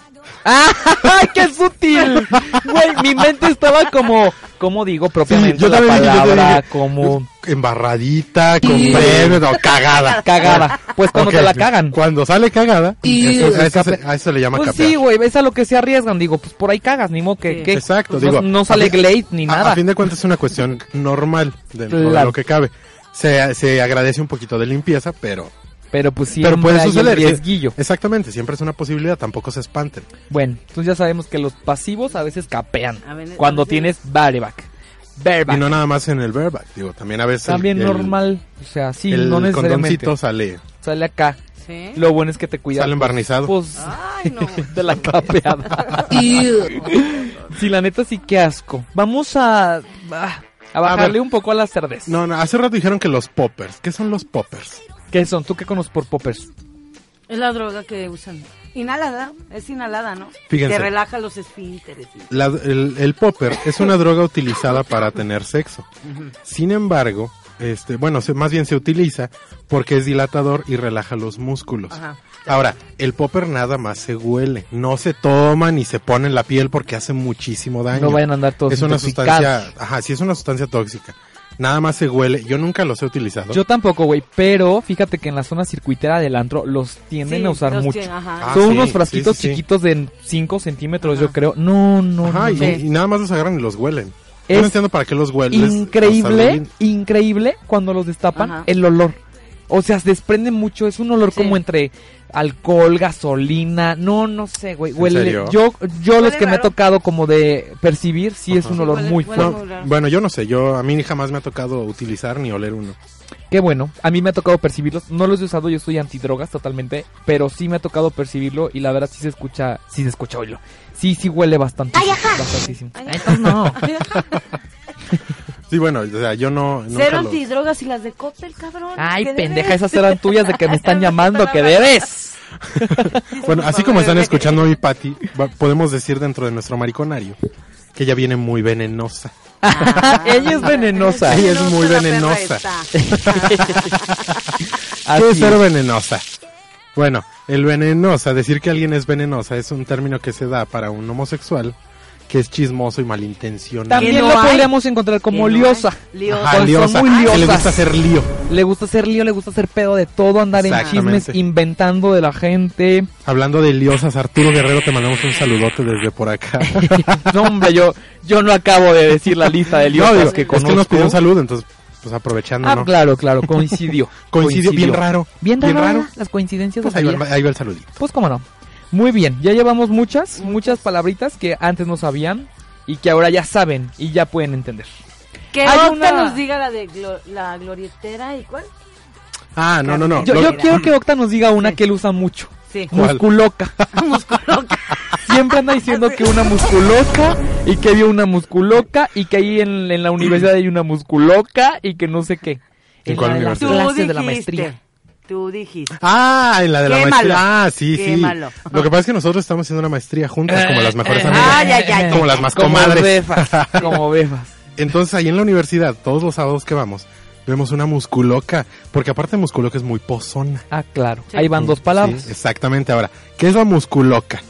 [SPEAKER 1] ¡Ay, qué sutil! Güey, mi mente estaba como, ¿cómo digo propiamente
[SPEAKER 9] yo
[SPEAKER 1] la
[SPEAKER 9] también dije, yo
[SPEAKER 1] palabra?
[SPEAKER 9] dije,
[SPEAKER 1] como
[SPEAKER 9] embarradita, con premio, no, cagada.
[SPEAKER 1] cagada. Pues cuando
[SPEAKER 9] Ok,
[SPEAKER 1] te la cagan.
[SPEAKER 9] Cuando sale cagada,
[SPEAKER 1] Y-
[SPEAKER 9] eso- a, eso se, a eso le llama
[SPEAKER 1] Pues
[SPEAKER 9] capear.
[SPEAKER 1] sí, güey, es a lo que se arriesgan. Digo, pues por ahí cagas, ni modo que... que-
[SPEAKER 9] Exacto,
[SPEAKER 1] pues no-
[SPEAKER 9] digo.
[SPEAKER 1] No,
[SPEAKER 9] a
[SPEAKER 1] sale
[SPEAKER 9] fin-
[SPEAKER 1] Glade ni
[SPEAKER 9] a-
[SPEAKER 1] nada.
[SPEAKER 9] A fin de cuentas es una cuestión normal dentro de
[SPEAKER 1] Claro.
[SPEAKER 9] lo que cabe. Se, se agradece un poquito de limpieza, pero
[SPEAKER 1] Pero pues sí,
[SPEAKER 9] pero puede
[SPEAKER 1] hay un
[SPEAKER 9] suceder. ¿eh?
[SPEAKER 1] riesguillo.
[SPEAKER 9] Exactamente, siempre es una posibilidad, tampoco se espanten.
[SPEAKER 1] Bueno, entonces ya sabemos que los pasivos a veces capean.
[SPEAKER 11] A veces-
[SPEAKER 1] cuando
[SPEAKER 11] a veces-
[SPEAKER 1] tienes bareback. Bareback.
[SPEAKER 9] Y no nada más en el verback, digo, también a veces. el-
[SPEAKER 1] También
[SPEAKER 9] el-
[SPEAKER 1] normal. O sea, sí,
[SPEAKER 9] el
[SPEAKER 1] no necesariamente.
[SPEAKER 9] condoncito sale,
[SPEAKER 1] Sale acá.
[SPEAKER 11] Sí.
[SPEAKER 1] Lo bueno es que te cuidas.
[SPEAKER 9] sale embarnizado.
[SPEAKER 1] Pues,
[SPEAKER 11] Ay, no.
[SPEAKER 1] de la capeada. sí, la neta sí, qué asco. Vamos a, ah, a bajarle
[SPEAKER 9] ver.
[SPEAKER 1] un poco a las cervezas.
[SPEAKER 9] No, no, hace rato dijeron que los poppers. ¿Qué son los poppers?
[SPEAKER 1] ¿Qué son? ¿Tú qué conoces por poppers?
[SPEAKER 11] Es la droga que usan. Inhalada, es inhalada, ¿no?
[SPEAKER 9] Fíjense.
[SPEAKER 11] Te relaja los esfínteres. y-
[SPEAKER 9] La- el, el popper es una droga utilizada para tener sexo. Sin embargo, este, bueno, se- más bien se utiliza porque es dilatador y relaja los músculos.
[SPEAKER 11] Ajá.
[SPEAKER 9] Ahora, el popper nada más se huele, no se toma ni se pone en la piel porque hace muchísimo daño.
[SPEAKER 1] No vayan a andar todos
[SPEAKER 9] Es una
[SPEAKER 1] intoxicados.
[SPEAKER 9] sustancia, ajá, sí es una sustancia tóxica. Nada más se huele, yo nunca los he utilizado.
[SPEAKER 1] Yo tampoco, güey, pero fíjate que en la zona circuitera del antro los tienden
[SPEAKER 11] Sí,
[SPEAKER 1] a usar
[SPEAKER 11] los
[SPEAKER 1] mucho.
[SPEAKER 11] tienen, ajá.
[SPEAKER 9] Ah,
[SPEAKER 1] Son
[SPEAKER 9] sí,
[SPEAKER 1] unos
[SPEAKER 9] sí,
[SPEAKER 1] frasquitos
[SPEAKER 9] sí, sí.
[SPEAKER 1] chiquitos de 5 centímetros, yo creo. No, no,
[SPEAKER 9] Ajá,
[SPEAKER 1] no,
[SPEAKER 9] y,
[SPEAKER 1] no.
[SPEAKER 9] y nada más los agarran y los huelen. Yo
[SPEAKER 1] Es
[SPEAKER 9] no entiendo para qué los huelen. les- o sea,
[SPEAKER 1] increíble,
[SPEAKER 9] huelen-
[SPEAKER 1] increíble cuando los destapan
[SPEAKER 11] Ajá.
[SPEAKER 1] el olor. O sea, se desprende mucho, es un olor
[SPEAKER 11] Sí.
[SPEAKER 1] como entre alcohol, gasolina, no, no sé, güey, huele.
[SPEAKER 9] serio?
[SPEAKER 1] Yo, yo los
[SPEAKER 11] Huele
[SPEAKER 1] que me he
[SPEAKER 11] raro.
[SPEAKER 1] tocado como de percibir, sí es un
[SPEAKER 11] Sí,
[SPEAKER 1] olor
[SPEAKER 11] huele-
[SPEAKER 1] muy
[SPEAKER 11] huele
[SPEAKER 1] fuerte.
[SPEAKER 11] muy raro.
[SPEAKER 9] Bueno, yo no sé, yo a mí jamás me ha tocado utilizar ni oler uno.
[SPEAKER 1] Qué bueno, a mí me ha tocado percibirlos, no los he usado, yo soy antidrogas totalmente, pero sí me ha tocado percibirlo y la verdad sí se escucha, sí se escucha oírlo. Sí, sí huele bastante. Bastantísimo. no.
[SPEAKER 9] Sí, bueno, o sea, yo no... nunca
[SPEAKER 11] Cero
[SPEAKER 9] lo-
[SPEAKER 11] antidrogas y las de Coppel, cabrón.
[SPEAKER 1] Ay,
[SPEAKER 11] ¿qué
[SPEAKER 1] pendeja,
[SPEAKER 11] debes?
[SPEAKER 1] esas eran tuyas de que me están llamando, que debes.
[SPEAKER 9] Bueno, así como están escuchando a mi Patty, va- podemos decir dentro de nuestro mariconario que ella viene muy venenosa.
[SPEAKER 1] Ella es venenosa.
[SPEAKER 9] Ella es muy venenosa. ¿Qué es ser venenosa? Bueno, el venenosa, decir que alguien es venenosa es un término que se da para un homosexual que es chismoso y malintencionado.
[SPEAKER 1] También
[SPEAKER 11] Que no
[SPEAKER 1] lo
[SPEAKER 11] hay.
[SPEAKER 1] podríamos encontrar como
[SPEAKER 11] Que no hay.
[SPEAKER 1] liosa.
[SPEAKER 11] Liosa.
[SPEAKER 9] Ajá,
[SPEAKER 1] Son
[SPEAKER 9] liosa, Ah,
[SPEAKER 1] muy
[SPEAKER 9] que le
[SPEAKER 1] liosas.
[SPEAKER 9] gusta hacer lío.
[SPEAKER 1] Le gusta hacer lío, le gusta hacer pedo de todo, andar en
[SPEAKER 9] Exactamente.
[SPEAKER 1] chismes, inventando de la gente.
[SPEAKER 9] Hablando de liosas, Arturo Guerrero, te mandamos un saludote desde por acá.
[SPEAKER 1] No, hombre, yo, yo no acabo de decir la lista de liosas
[SPEAKER 9] No, digo,
[SPEAKER 1] que
[SPEAKER 9] es
[SPEAKER 1] conozco.
[SPEAKER 9] que nos pidió un saludo, entonces, pues aprovechando,
[SPEAKER 1] Ah,
[SPEAKER 9] ¿no?
[SPEAKER 1] claro, claro, coincidió.
[SPEAKER 9] Coincidió, bien raro.
[SPEAKER 1] Bien raro.
[SPEAKER 9] Bien raro.
[SPEAKER 1] ¿verdad? Las coincidencias
[SPEAKER 9] Pues
[SPEAKER 1] de
[SPEAKER 9] ahí
[SPEAKER 1] la
[SPEAKER 9] va,
[SPEAKER 1] vida.
[SPEAKER 9] ahí va el saludito.
[SPEAKER 1] Pues cómo no. Muy bien, ya llevamos muchas, muchas palabritas que antes no sabían y que ahora ya saben y ya pueden entender.
[SPEAKER 11] Que
[SPEAKER 1] Hay
[SPEAKER 11] Octa
[SPEAKER 1] una-
[SPEAKER 11] nos diga la de glo- la glorietera y cuál.
[SPEAKER 9] Ah, no, no, no.
[SPEAKER 1] Yo,
[SPEAKER 9] Lo-
[SPEAKER 1] yo quiero que Octa nos diga una que él usa mucho.
[SPEAKER 11] Sí.
[SPEAKER 9] ¿Cuál?
[SPEAKER 1] Musculoca. Siempre anda diciendo que una musculoca y que vio una musculoca y que ahí en, en la universidad hay una musculoca y que no sé qué.
[SPEAKER 9] ¿En cuál
[SPEAKER 1] la de las
[SPEAKER 9] universidad?
[SPEAKER 1] clases
[SPEAKER 11] dijiste,
[SPEAKER 1] de la maestría.
[SPEAKER 11] Tú dijiste.
[SPEAKER 9] Ah, en la de la
[SPEAKER 11] Quémalo.
[SPEAKER 9] maestría. Ah, sí, sí.
[SPEAKER 11] Quémalo.
[SPEAKER 9] Lo que pasa es que nosotros estamos haciendo una maestría juntas, como las mejores amigas.
[SPEAKER 11] ay, ay, ay,
[SPEAKER 9] como
[SPEAKER 11] ay,
[SPEAKER 9] las
[SPEAKER 11] ay.
[SPEAKER 9] más
[SPEAKER 1] Como
[SPEAKER 9] comadres.
[SPEAKER 1] befas, como befas.
[SPEAKER 9] Entonces, ahí en la universidad, todos los sábados que vamos, vemos una musculoca. Porque aparte, musculoca es muy pozona.
[SPEAKER 1] Ah, claro. Ahí van dos palabras.
[SPEAKER 9] Sí, exactamente. Ahora, ¿qué es la musculoca?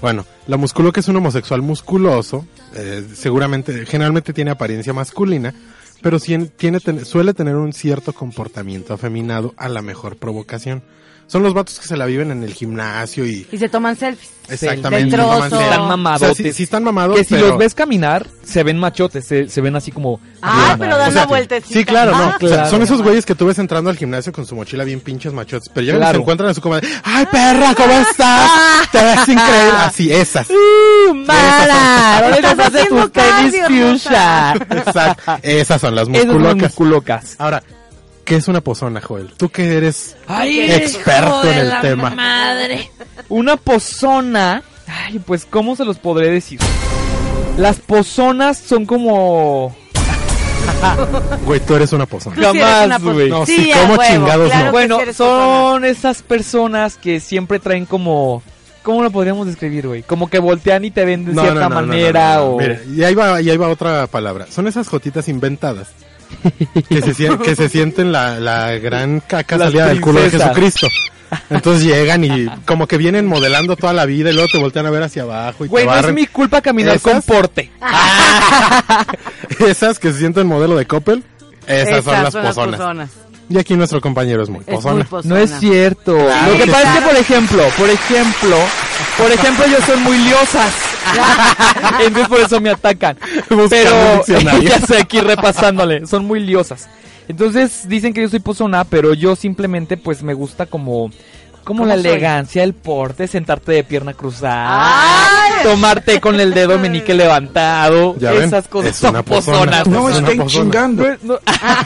[SPEAKER 9] Bueno, la musculoca es un homosexual musculoso. eh, seguramente, generalmente tiene apariencia masculina. Pero sí tiene, ten- suele tener un cierto comportamiento afeminado a la mejor provocación. Son los vatos que se la viven en el gimnasio y
[SPEAKER 11] Y se toman selfies.
[SPEAKER 9] Exactamente.
[SPEAKER 11] Del
[SPEAKER 9] toman
[SPEAKER 11] trozo.
[SPEAKER 9] selfie.
[SPEAKER 1] Están mamadotes.
[SPEAKER 9] O sea, sí- sí están mamados,
[SPEAKER 1] Que si
[SPEAKER 9] pero-
[SPEAKER 1] los ves caminar, se ven machotes, se, se ven así como...
[SPEAKER 11] Ah, pero dan
[SPEAKER 9] O sea,
[SPEAKER 11] la vueltecita.
[SPEAKER 9] Sí, claro, no.
[SPEAKER 11] Ah,
[SPEAKER 9] O sea,
[SPEAKER 1] claro.
[SPEAKER 9] son esos güeyes que tú ves entrando al gimnasio con su mochila bien pinches machotes. Pero ya
[SPEAKER 1] Claro.
[SPEAKER 9] se encuentran a su comadre. ¡Ay, perra, cómo estás! ¡Te ves increíble! Así, esas.
[SPEAKER 1] ¡Mala!
[SPEAKER 11] Ahora
[SPEAKER 1] Estás
[SPEAKER 11] estás
[SPEAKER 1] haciendo
[SPEAKER 11] haciendo
[SPEAKER 1] tenis
[SPEAKER 11] cardio,
[SPEAKER 1] fuchsia.
[SPEAKER 9] Exacto. Esas son las
[SPEAKER 1] Esas son las
[SPEAKER 9] musculocas.
[SPEAKER 1] musculocas.
[SPEAKER 9] Ahora, ¿qué es una pozona, Joel? Tú que eres
[SPEAKER 1] Ay,
[SPEAKER 9] experto en el tema.
[SPEAKER 2] Madre.
[SPEAKER 1] Una pozona. Ay, pues, ¿cómo se los podré decir? Las pozonas son como.
[SPEAKER 9] Güey, tú eres una pozona.
[SPEAKER 11] Tú sí eres una
[SPEAKER 1] Jamás,
[SPEAKER 11] poz-
[SPEAKER 1] güey.
[SPEAKER 9] No,
[SPEAKER 11] Sí,
[SPEAKER 9] sí,
[SPEAKER 11] a
[SPEAKER 9] ¿cómo
[SPEAKER 11] huevo,
[SPEAKER 9] chingados
[SPEAKER 11] claro.
[SPEAKER 9] no?
[SPEAKER 11] que
[SPEAKER 1] bueno,
[SPEAKER 11] sí eres
[SPEAKER 1] son esas personas que siempre traen como. ¿Cómo lo podríamos describir, güey? Como que voltean y te ven de
[SPEAKER 9] No,
[SPEAKER 1] cierta
[SPEAKER 9] no, no, no,
[SPEAKER 1] manera
[SPEAKER 9] no, no, no.
[SPEAKER 1] o.
[SPEAKER 9] Mira, y ahí va, y ahí va otra palabra. Son esas jotitas inventadas. Que se, sien- que se sienten la, la gran caca
[SPEAKER 1] Las
[SPEAKER 9] salida del culo de
[SPEAKER 1] princesas.
[SPEAKER 9] Jesucristo. Entonces llegan y como que vienen modelando toda la vida y luego te voltean a ver hacia abajo y
[SPEAKER 1] Güey,
[SPEAKER 9] te
[SPEAKER 1] no es
[SPEAKER 9] barren.
[SPEAKER 1] mi culpa caminar
[SPEAKER 9] ¿Esas?
[SPEAKER 1] con porte.
[SPEAKER 9] Esas que se sienten modelo de Coppel, esas, son las pozonas. Y aquí nuestro compañero es muy
[SPEAKER 11] Es
[SPEAKER 9] pozona.
[SPEAKER 11] muy pozona.
[SPEAKER 1] No es cierto.
[SPEAKER 9] Claro
[SPEAKER 1] Lo que
[SPEAKER 9] que
[SPEAKER 1] pasa
[SPEAKER 9] sí.
[SPEAKER 1] es que, por ejemplo, por ejemplo, por ejemplo, yo soy muy liosas. Entonces por eso me atacan.
[SPEAKER 9] Buscando un
[SPEAKER 1] Pero
[SPEAKER 9] diccionario.
[SPEAKER 1] ya estoy aquí repasándole. Son muy liosas. Entonces dicen que yo soy pozona, pero yo simplemente pues me gusta como... Como
[SPEAKER 11] ¿Cómo
[SPEAKER 1] la
[SPEAKER 11] soy?
[SPEAKER 1] elegancia, el porte, sentarte de pierna cruzada,
[SPEAKER 11] ¡Ay!
[SPEAKER 1] tomarte con el dedo menique levantado,
[SPEAKER 9] Ya ven,
[SPEAKER 1] esas cosas
[SPEAKER 9] es
[SPEAKER 1] son
[SPEAKER 9] una pozona.
[SPEAKER 1] pozonas.
[SPEAKER 9] No, Es una estén pozona.
[SPEAKER 1] chingando.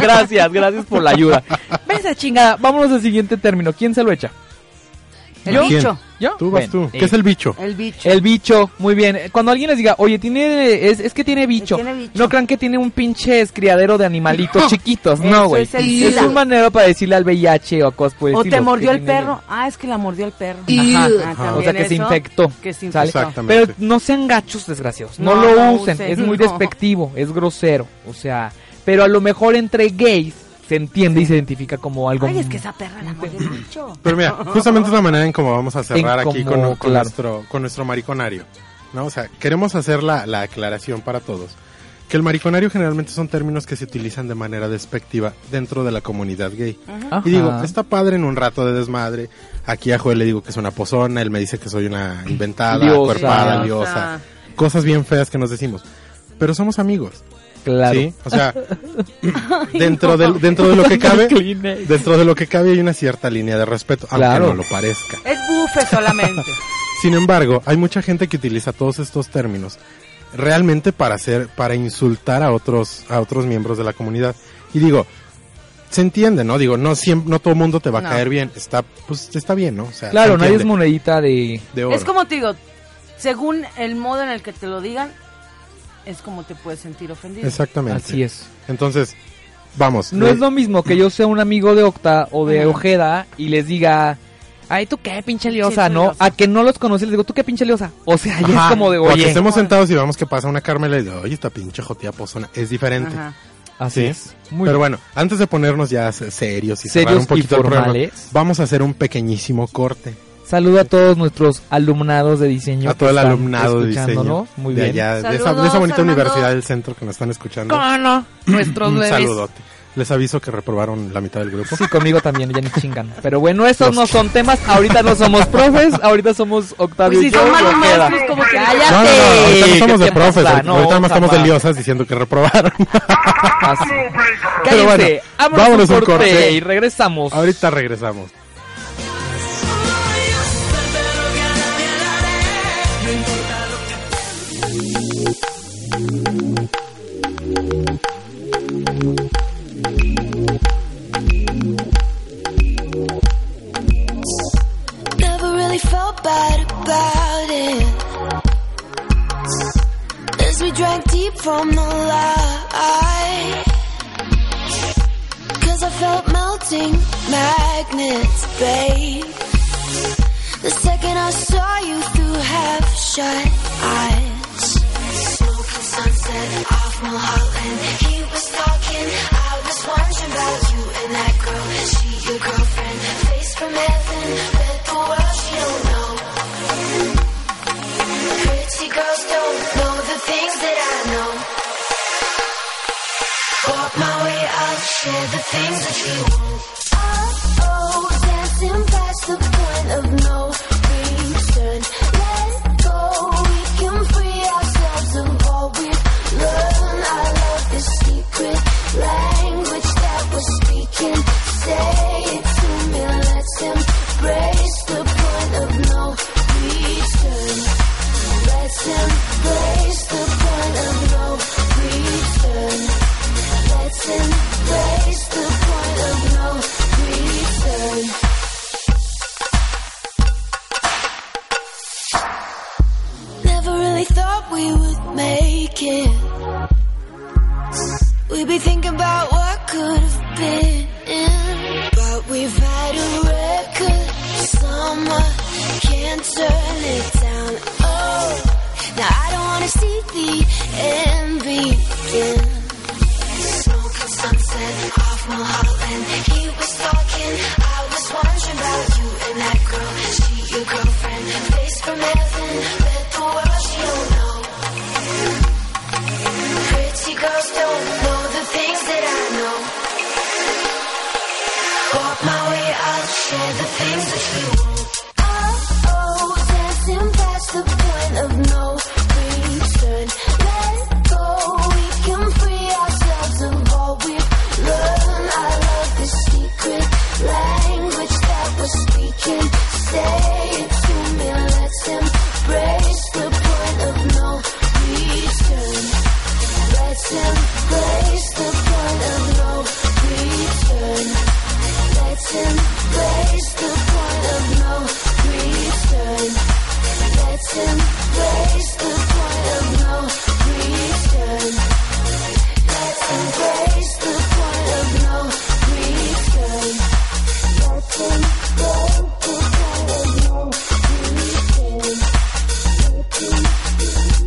[SPEAKER 1] gracias, gracias por la ayuda. Ven esa chingada. Vámonos al siguiente término. ¿Quién se lo echa?
[SPEAKER 11] El
[SPEAKER 1] ¿Yo?
[SPEAKER 11] bicho.
[SPEAKER 1] ¿Yo?
[SPEAKER 9] Tú vas
[SPEAKER 1] Bueno, eh,
[SPEAKER 9] tú. ¿Qué es el bicho?
[SPEAKER 11] El bicho.
[SPEAKER 1] El bicho, muy bien. Cuando alguien les diga, oye, tiene, es, es que tiene bicho.
[SPEAKER 11] Tiene bicho.
[SPEAKER 1] No crean que tiene un pinche criadero de animalitos chiquitos,
[SPEAKER 11] Eso
[SPEAKER 1] no, güey.
[SPEAKER 11] es el sida.
[SPEAKER 1] un manero para decirle al VIH o a cosas por el
[SPEAKER 11] O
[SPEAKER 1] estilo,
[SPEAKER 11] te mordió
[SPEAKER 1] que
[SPEAKER 11] el
[SPEAKER 1] tiene-
[SPEAKER 11] perro. Ah, es que la mordió el perro.
[SPEAKER 1] Ajá,
[SPEAKER 11] Ah,
[SPEAKER 1] ajá, o
[SPEAKER 11] también
[SPEAKER 1] sea que se
[SPEAKER 11] eso,
[SPEAKER 1] infectó.
[SPEAKER 11] Que se
[SPEAKER 1] ¿sale?
[SPEAKER 11] infectó.
[SPEAKER 9] Exactamente.
[SPEAKER 1] Pero no sean gachos desgraciados. No,
[SPEAKER 11] No,
[SPEAKER 1] lo
[SPEAKER 11] no
[SPEAKER 1] usen.
[SPEAKER 11] usen,
[SPEAKER 1] Es muy
[SPEAKER 11] no.
[SPEAKER 1] despectivo, es grosero. O sea, pero a lo mejor entre gays se entiende y se identifica como algo.
[SPEAKER 11] Ay, es que esa perra la mordió el bicho.
[SPEAKER 9] Pero mira, justamente es la manera en cómo vamos a cerrar
[SPEAKER 1] En
[SPEAKER 9] aquí
[SPEAKER 1] cómo,
[SPEAKER 9] con, con
[SPEAKER 1] claro.
[SPEAKER 9] nuestro, con nuestro mariconario. ¿no? O sea, queremos hacer la, la aclaración para todos. Que el mariconario generalmente son términos que se utilizan de manera despectiva dentro de la comunidad gay.
[SPEAKER 1] Ajá.
[SPEAKER 9] Y digo, está padre en un rato de desmadre. Aquí a Joel le digo que es una pozona, él me dice que soy una inventada,
[SPEAKER 1] Diosa.
[SPEAKER 9] cuerpada, diosa. Cosas bien feas que nos decimos. Pero somos amigos,
[SPEAKER 1] Claro.
[SPEAKER 9] ¿sí? O sea, dentro, del- dentro de lo que cabe,
[SPEAKER 1] Kleenex.
[SPEAKER 9] dentro de lo que cabe hay una cierta línea de respeto,
[SPEAKER 1] Claro.
[SPEAKER 9] aunque no lo parezca.
[SPEAKER 11] Es bufe solamente.
[SPEAKER 9] Sin embargo, hay mucha gente que utiliza todos estos términos realmente para hacer, para insultar a otros, a otros miembros de la comunidad. Y digo, se entiende, ¿no? Digo, no siempre, no todo mundo te va a
[SPEAKER 11] No.
[SPEAKER 9] caer bien. Está, pues, está bien, ¿no? O sea,
[SPEAKER 1] Claro,
[SPEAKER 9] se
[SPEAKER 1] nadie es
[SPEAKER 9] entiende.
[SPEAKER 1] monedita de...
[SPEAKER 9] De oro.
[SPEAKER 11] Es como te digo, según el modo en el que te lo digan, es como te puedes sentir ofendido.
[SPEAKER 9] Exactamente.
[SPEAKER 1] Así es.
[SPEAKER 9] Entonces, vamos.
[SPEAKER 1] No
[SPEAKER 9] le-
[SPEAKER 1] es lo mismo que yo sea un amigo de Octa o de
[SPEAKER 11] Ajá.
[SPEAKER 1] Ojeda y les diga, ay, tú qué pinche liosa,
[SPEAKER 11] tú
[SPEAKER 1] ¿no? A que no los conoce, les digo, tú qué pinche liosa. O sea, ya es
[SPEAKER 9] Ajá,
[SPEAKER 1] como de,
[SPEAKER 9] o a que
[SPEAKER 1] oye.
[SPEAKER 9] estemos sentados y vamos que pasa una Carmela y le digo, oye, esta pinche jotía pozona. Es diferente.
[SPEAKER 11] Ajá.
[SPEAKER 1] Así
[SPEAKER 9] ¿Sí?
[SPEAKER 1] es. Muy
[SPEAKER 9] Pero
[SPEAKER 1] bien.
[SPEAKER 9] bueno, antes de ponernos ya se- serios y cerrar
[SPEAKER 1] Serios
[SPEAKER 9] un poquito
[SPEAKER 1] y
[SPEAKER 9] el programa,
[SPEAKER 1] formales.
[SPEAKER 9] vamos a hacer un pequeñísimo corte
[SPEAKER 1] Saludo a todos nuestros alumnados de diseño.
[SPEAKER 9] a
[SPEAKER 1] que
[SPEAKER 9] todo el
[SPEAKER 1] están
[SPEAKER 9] alumnado de diseño
[SPEAKER 1] escuchándonos. Muy
[SPEAKER 9] de
[SPEAKER 1] bien.
[SPEAKER 9] allá, de, esa, de esa
[SPEAKER 11] Saludos,
[SPEAKER 9] bonita
[SPEAKER 11] Armando.
[SPEAKER 9] universidad del centro que nos están escuchando.
[SPEAKER 11] ¿Cómo no? Nuestros
[SPEAKER 9] un
[SPEAKER 11] bebés.
[SPEAKER 9] saludote. Les aviso que reprobaron la mitad del grupo.
[SPEAKER 1] Sí, conmigo también, ya ni chingan. Pero bueno, esos no son temas. Ahorita no somos profes, ahorita somos Octavio
[SPEAKER 11] Pues si
[SPEAKER 1] y yo
[SPEAKER 11] son
[SPEAKER 1] y
[SPEAKER 11] malos
[SPEAKER 1] Ojeda.
[SPEAKER 11] maestros, como que...
[SPEAKER 1] Cállate.
[SPEAKER 9] No, no, no, ahorita no
[SPEAKER 1] ¿Qué
[SPEAKER 9] estamos de
[SPEAKER 1] te
[SPEAKER 9] profes,
[SPEAKER 1] pasa?
[SPEAKER 9] ahorita- ahorita
[SPEAKER 1] No,
[SPEAKER 9] más estamos de
[SPEAKER 1] papá.
[SPEAKER 9] liosas diciendo que reprobaron.
[SPEAKER 1] Así.
[SPEAKER 9] Pero bueno,
[SPEAKER 1] Cállense, vámonos,
[SPEAKER 9] vámonos
[SPEAKER 1] a un
[SPEAKER 9] un
[SPEAKER 1] corte,
[SPEAKER 9] corte.
[SPEAKER 1] y regresamos.
[SPEAKER 9] ahorita regresamos.
[SPEAKER 5] Never really felt bad about it. As we drank deep from the light. Cause I felt melting magnets, babe. The second I saw you through half shut eyes. Smoking sunset off Mulholland. He was talking, I was wondering about you and that girl. She your girlfriend, face from heaven, read the world she don't know. Pretty girls don't know the things that I know. Walk my way, I'll share the things that you won't. Oh, oh, dancing past the point of no return. Let go, we can free ourselves of all we've learned. I love this secret language that we're speaking. Say it to me, let's embrace the point of no return. Let's embrace the point of no return. Let's embrace the point of no return. Never really thought we would make it. We'd be thinking about what could have been. But we've had a record summer. Can't turn it down. Oh, now I don't wanna see the end begin. Smoking sunset off Mulholland. He was talking. I was wondering about you and that girl. She your girlfriend. Face from heaven. Let the world she don't know. Pretty girls don't know the things that I know. Walk my way, I'll share the things that you won't. Oh, oh, dancing past the point of no return. Let go, we can free ourselves of all we've learned. I love this secret language that we're speaking. Say it to me, let's embrace the point of no return. Let's embrace the point of no return. Let's embrace the point of no return. Let's embrace the point of no return. Let's embrace the point of no return. Let's embrace the point of no return. Let's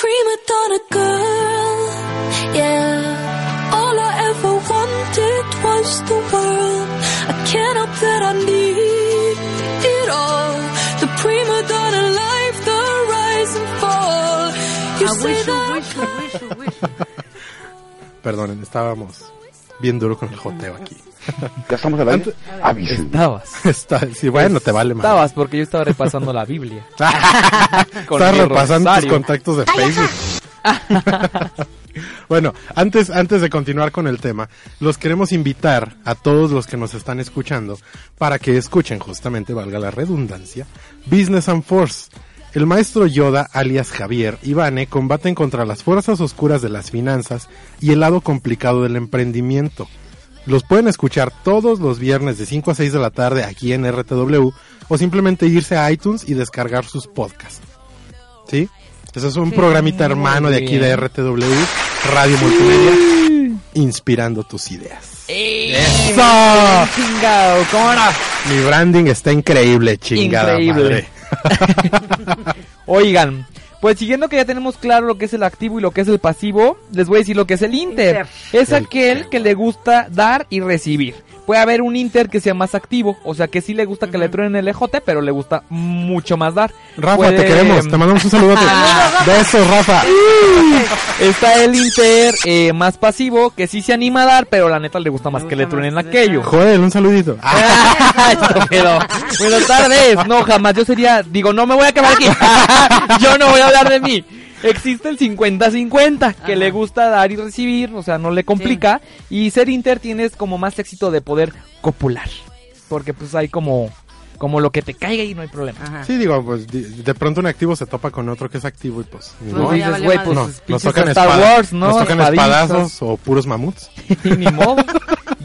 [SPEAKER 15] Prima donna girl, yeah. All I ever wanted was the world. I can't help that I need it all. The prima donna life, the rise and fall. You
[SPEAKER 11] I
[SPEAKER 15] say
[SPEAKER 11] wish, you
[SPEAKER 15] that
[SPEAKER 11] wish, you wish, you wish.
[SPEAKER 9] Perdonen, estábamos bien duro con el joteo aquí.
[SPEAKER 16] ¿Ya estamos al aire? Avisen.
[SPEAKER 1] Estabas.
[SPEAKER 9] Está, sí, bueno, te vale más.
[SPEAKER 1] Estabas porque yo estaba repasando la Biblia.
[SPEAKER 9] Estás
[SPEAKER 1] mi
[SPEAKER 9] repasando tus
[SPEAKER 1] rosario.
[SPEAKER 9] contactos de Facebook. Bueno, antes, antes de continuar con el tema, los queremos invitar a todos los que nos están escuchando para que escuchen, justamente, valga la redundancia, Business and Force. El maestro Yoda, alias Javier Ibane, combaten contra las fuerzas oscuras de las finanzas y el lado complicado del emprendimiento. Los pueden escuchar todos los viernes de 5 a 6 de la tarde aquí en RTW o simplemente irse a iTunes y descargar sus podcasts. ¿Sí? Ese es un
[SPEAKER 13] Sí,
[SPEAKER 9] programita hermano
[SPEAKER 13] muy
[SPEAKER 9] de aquí de
[SPEAKER 13] bien.
[SPEAKER 9] RTW, Radio Multimedia, inspirando tus ideas.
[SPEAKER 1] ¡Eso! ¡Chingado! ¿Cómo no?
[SPEAKER 9] Mi branding está increíble, chingada
[SPEAKER 1] Increíble.
[SPEAKER 9] madre.
[SPEAKER 1] Oigan, pues siguiendo que ya tenemos claro lo que es el activo y lo que es el pasivo, les voy a decir lo que es el Inter. Es aquel que le gusta dar y recibir. Puede haber un Inter que sea más activo, o sea que sí le gusta que le truenen el ejote, pero le gusta mucho más dar.
[SPEAKER 9] Rafa, te
[SPEAKER 13] Pues,
[SPEAKER 1] Puede-
[SPEAKER 9] queremos, te mandamos un saludote. Besos, Rafa.
[SPEAKER 1] Está el Inter eh, más pasivo, que sí se anima a dar, pero la neta le gusta más que le truenen aquello.
[SPEAKER 9] Joel, un saludito.
[SPEAKER 13] Ah.
[SPEAKER 1] Pero, buenas tardes. No, jamás. Yo sería, digo, no me voy a acabar aquí. Yo no voy a hablar de mí. Existe el 50-50, que le gusta dar y recibir, o sea, no le complica. Y ser inter tienes como más éxito de poder copular. Porque pues hay como, como lo que te caiga y no hay problema.
[SPEAKER 9] Sí, digo, pues di- de pronto un activo se topa con otro que es activo y pues... ni
[SPEAKER 1] Pues
[SPEAKER 9] modo.
[SPEAKER 1] dices, güey, pues,
[SPEAKER 9] No,
[SPEAKER 1] pinches
[SPEAKER 9] nos tocan,
[SPEAKER 1] Star
[SPEAKER 9] espada-
[SPEAKER 1] Wars, ¿no?
[SPEAKER 9] nos tocan
[SPEAKER 1] Espadizas.
[SPEAKER 9] espadazos o puros mamuts.
[SPEAKER 1] Ni modo.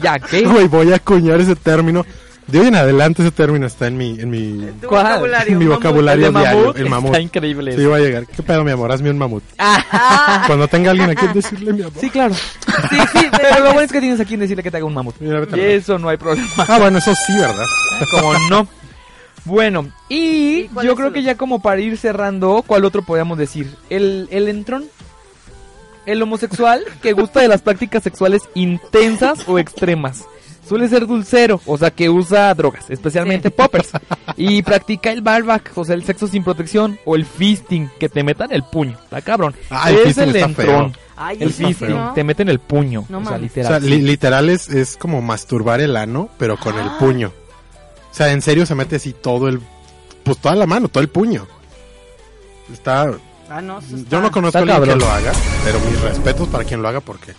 [SPEAKER 1] Ya que.
[SPEAKER 9] Güey, voy a acuñar ese término. De hoy en adelante ese término está en mi... En mi
[SPEAKER 1] ¿Cuál? vocabulario,
[SPEAKER 9] en mi
[SPEAKER 1] mamut.
[SPEAKER 9] vocabulario
[SPEAKER 1] ¿El de
[SPEAKER 9] diario.
[SPEAKER 1] mamut?
[SPEAKER 9] El mamut.
[SPEAKER 1] Está increíble
[SPEAKER 9] Sí,
[SPEAKER 1] eso.
[SPEAKER 9] va a llegar. ¿Qué pedo, mi amor? Hazme un mamut. Cuando tenga alguien a quien decirle mi amor.
[SPEAKER 1] Ah. Sí, claro. Sí, sí, pero lo bueno es que tienes a quien decirle que te haga un mamut. Y eso no hay problema.
[SPEAKER 9] Ah, bueno, eso sí, ¿verdad?
[SPEAKER 1] Como no. Bueno, y yo creo que ya como para ir cerrando, ¿cuál otro podríamos decir? El, el entrón. El homosexual que gusta de las prácticas sexuales intensas o extremas. Suele ser dulcero, o sea que usa drogas, especialmente poppers. Y practica el barback, o sea el sexo sin protección, o el fisting, que te metan el puño. Está cabrón.
[SPEAKER 9] Ah, el
[SPEAKER 1] es
[SPEAKER 9] fisting
[SPEAKER 1] el
[SPEAKER 9] está
[SPEAKER 1] entrón.
[SPEAKER 9] feo. Ay,
[SPEAKER 1] el
[SPEAKER 9] está
[SPEAKER 1] fisting,
[SPEAKER 9] feo.
[SPEAKER 1] te meten el puño.
[SPEAKER 9] No
[SPEAKER 1] o sea,
[SPEAKER 9] mames.
[SPEAKER 1] literal.
[SPEAKER 9] O sea, li- literal es, es como masturbar el ano, pero con
[SPEAKER 1] Ah.
[SPEAKER 9] el puño. O sea, en serio se mete así todo el... Pues toda la mano, todo el puño. Está...
[SPEAKER 11] Ah, no, eso está-
[SPEAKER 9] Yo no conozco a
[SPEAKER 1] Está
[SPEAKER 9] alguien que
[SPEAKER 1] cabrón.
[SPEAKER 9] lo haga, pero mis respetos para quien lo haga porque...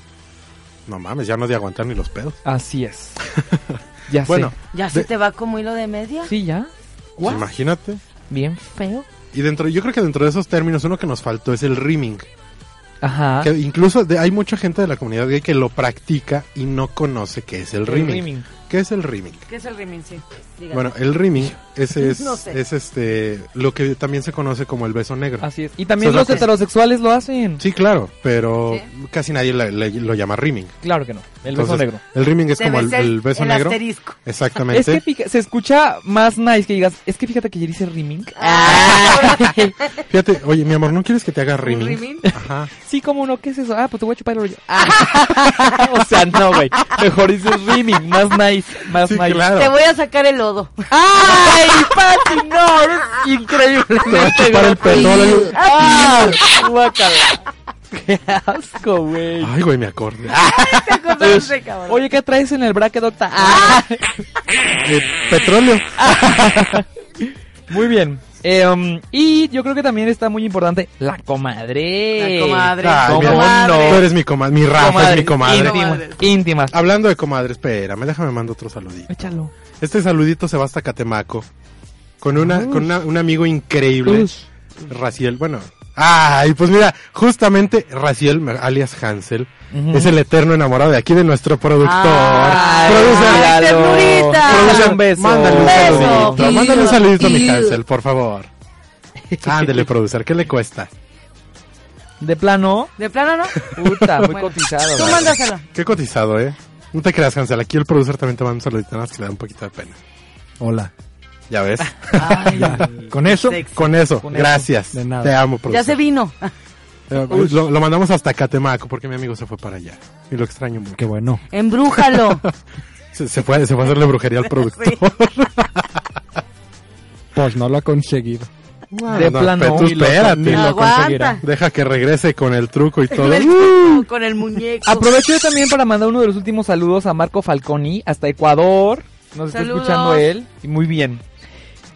[SPEAKER 9] No mames, ya no es de aguantar ni los pedos.
[SPEAKER 1] Así es. ya sé.
[SPEAKER 9] Bueno,
[SPEAKER 11] ¿Ya se
[SPEAKER 9] de-
[SPEAKER 11] te va como hilo de media?
[SPEAKER 1] Sí, ya.
[SPEAKER 9] pues imagínate.
[SPEAKER 1] Bien feo.
[SPEAKER 9] Y dentro, yo creo que dentro de esos términos uno que nos faltó es el rimming.
[SPEAKER 1] Ajá.
[SPEAKER 9] Que incluso de- hay mucha gente de la comunidad gay que lo practica y no conoce qué es el,
[SPEAKER 11] El
[SPEAKER 9] rimming.
[SPEAKER 11] rimming.
[SPEAKER 9] ¿Qué es el rimming?
[SPEAKER 11] ¿Qué es el rimming? Sí. dígame.
[SPEAKER 9] Bueno, el rimming ese es,
[SPEAKER 11] No sé.
[SPEAKER 9] es este lo que también se conoce como el beso negro.
[SPEAKER 1] Así es. Y también
[SPEAKER 9] O sea,
[SPEAKER 1] los
[SPEAKER 9] lo que-
[SPEAKER 1] heterosexuales lo hacen.
[SPEAKER 9] Sí, claro, pero casi nadie le- le- lo llama rimming.
[SPEAKER 1] Claro que no. El beso
[SPEAKER 9] Entonces,
[SPEAKER 1] negro.
[SPEAKER 9] El rimming es
[SPEAKER 1] Te
[SPEAKER 9] como el,
[SPEAKER 1] ves el-
[SPEAKER 9] el beso
[SPEAKER 1] el
[SPEAKER 9] negro.
[SPEAKER 1] asterisco.
[SPEAKER 9] Exactamente.
[SPEAKER 1] Es que fija- se escucha más nice que digas, es que fíjate que ayer hice rimming.
[SPEAKER 9] Ah.
[SPEAKER 11] Ah,
[SPEAKER 9] Fíjate, oye, mi amor, ¿no quieres que te haga rimming?
[SPEAKER 1] rimming?
[SPEAKER 9] Ajá.
[SPEAKER 1] Sí, como no, ¿qué es eso? Ah, pues te voy a chupar el rollo. o sea, no, güey. Mejor dices rimming, más nice, más nice.
[SPEAKER 11] Te voy a sacar el lodo.
[SPEAKER 1] ¡Ay, Pati! ¡No! ¡Eres increíble! Te voy a chupar el
[SPEAKER 9] pelo.
[SPEAKER 1] ¡Ah! guácala. ¡Qué asco, güey! Pues,
[SPEAKER 9] Ay, güey, me acordé. Ah,
[SPEAKER 11] acordaste, cabrón.
[SPEAKER 1] Oye, ¿qué traes en el bracket, doctor? ¡Ah!
[SPEAKER 9] Eh, petróleo.
[SPEAKER 1] Muy bien. Eh, um, y yo creo que también está muy importante la comadre.
[SPEAKER 11] La comadre.
[SPEAKER 9] Ay,
[SPEAKER 1] ¿Cómo
[SPEAKER 9] mira,
[SPEAKER 1] no?
[SPEAKER 9] Tú eres mi comadre, mi Rafa es Ah, mi
[SPEAKER 1] Comadres,
[SPEAKER 9] comadre.
[SPEAKER 1] íntimas, íntimas.
[SPEAKER 9] Hablando de comadre, espérame, déjame mando otro saludito.
[SPEAKER 1] Échalo.
[SPEAKER 9] Este saludito se va hasta Catemaco. Con una,
[SPEAKER 1] Ush.
[SPEAKER 9] con una- un amigo increíble.
[SPEAKER 1] Ush.
[SPEAKER 9] Raciel, bueno. Ay, pues mira, justamente Raciel, alias Hansel,
[SPEAKER 1] Ujú.
[SPEAKER 9] es el eterno enamorado de aquí de nuestro productor.
[SPEAKER 1] Ay,
[SPEAKER 9] Producer-
[SPEAKER 1] míralo.
[SPEAKER 9] Producer,
[SPEAKER 1] Mándale un beso.
[SPEAKER 9] Ah, Mándale un
[SPEAKER 1] Beso.
[SPEAKER 9] saludito.
[SPEAKER 1] Iu,
[SPEAKER 9] Mándale un saludito a mi
[SPEAKER 1] iu.
[SPEAKER 9] Hansel, por favor. Ándele, producer, ¿qué le cuesta?
[SPEAKER 1] De plano.
[SPEAKER 11] ¿De plano no?
[SPEAKER 1] Puta, muy
[SPEAKER 11] Bueno.
[SPEAKER 1] cotizado.
[SPEAKER 11] Tú
[SPEAKER 1] güey.
[SPEAKER 11] mándaselo.
[SPEAKER 9] Qué cotizado, ¿eh? No te creas, Hansel. Aquí el producer también te manda un saludito, nada más que le da un poquito de pena.
[SPEAKER 4] Hola.
[SPEAKER 9] ¿Ya ves?
[SPEAKER 4] Ya. Con eso.
[SPEAKER 9] Con eso,
[SPEAKER 4] Con eso.
[SPEAKER 9] gracias.
[SPEAKER 4] De nada.
[SPEAKER 9] Te amo,
[SPEAKER 11] Ya
[SPEAKER 9] producer.
[SPEAKER 11] se vino.
[SPEAKER 9] Eh, Lo, lo mandamos hasta Catemaco porque mi amigo se fue para allá. Y lo extraño mucho. Qué bueno.
[SPEAKER 11] Embrújalo.
[SPEAKER 9] Se, se fue, se fue a hacerle brujería al productor.
[SPEAKER 4] Pues no lo ha conseguido.
[SPEAKER 9] No, no, pero tú
[SPEAKER 4] Ni lo- ni
[SPEAKER 9] espérate.
[SPEAKER 4] lo conseguirá.
[SPEAKER 9] Deja que regrese con el truco y todo.
[SPEAKER 11] Con el muñeco.
[SPEAKER 1] Aprovecho yo también para mandar uno de los últimos saludos a Marco Falconi hasta Ecuador. Nos está
[SPEAKER 11] Saludos.
[SPEAKER 1] escuchando él. Y muy bien.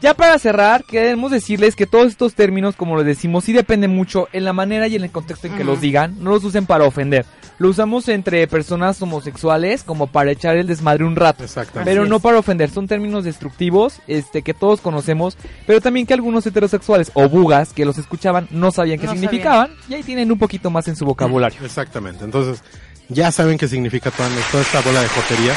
[SPEAKER 1] Ya para cerrar, queremos decirles que todos estos términos, como les decimos, sí dependen mucho en la manera y en el contexto en que
[SPEAKER 11] Ujú.
[SPEAKER 1] los digan. No los usen para ofender. Lo usamos entre personas homosexuales como para echar el desmadre un rato.
[SPEAKER 9] Exactamente.
[SPEAKER 1] Pero
[SPEAKER 11] Así
[SPEAKER 1] no
[SPEAKER 11] es.
[SPEAKER 1] para ofender. Son términos destructivos este, que todos conocemos, pero también que algunos heterosexuales o bugas que los escuchaban no sabían qué
[SPEAKER 11] No
[SPEAKER 1] significaban. Y ahí tienen un poquito más en su vocabulario.
[SPEAKER 9] Exactamente. Entonces, ya saben qué significa toda, toda esta bola de jotería.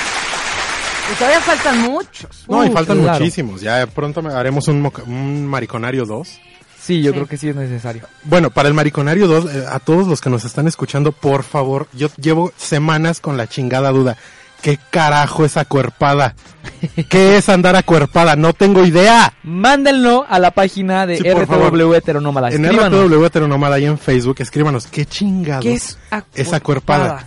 [SPEAKER 11] Y todavía faltan muchos.
[SPEAKER 9] No, y faltan
[SPEAKER 1] claro.
[SPEAKER 9] muchísimos. Ya pronto haremos un, moca- un mariconario 2.
[SPEAKER 1] Sí, yo creo que sí es necesario.
[SPEAKER 9] Bueno, para el Mariconario 2, eh, a todos los que nos están escuchando, por favor, yo llevo semanas con la chingada duda. ¿Qué carajo es acuerpada? ¿Qué es andar acuerpada? No tengo idea.
[SPEAKER 1] Mándenlo a la página de
[SPEAKER 9] Sí, por favor.
[SPEAKER 1] RTW Heteronómada.
[SPEAKER 9] En
[SPEAKER 1] Escríbanos.
[SPEAKER 9] RTW Heteronomada y en Facebook, escríbanos. ¿Qué chingado
[SPEAKER 1] ¿Qué es
[SPEAKER 9] es
[SPEAKER 1] acuerpada?
[SPEAKER 9] acuerpada?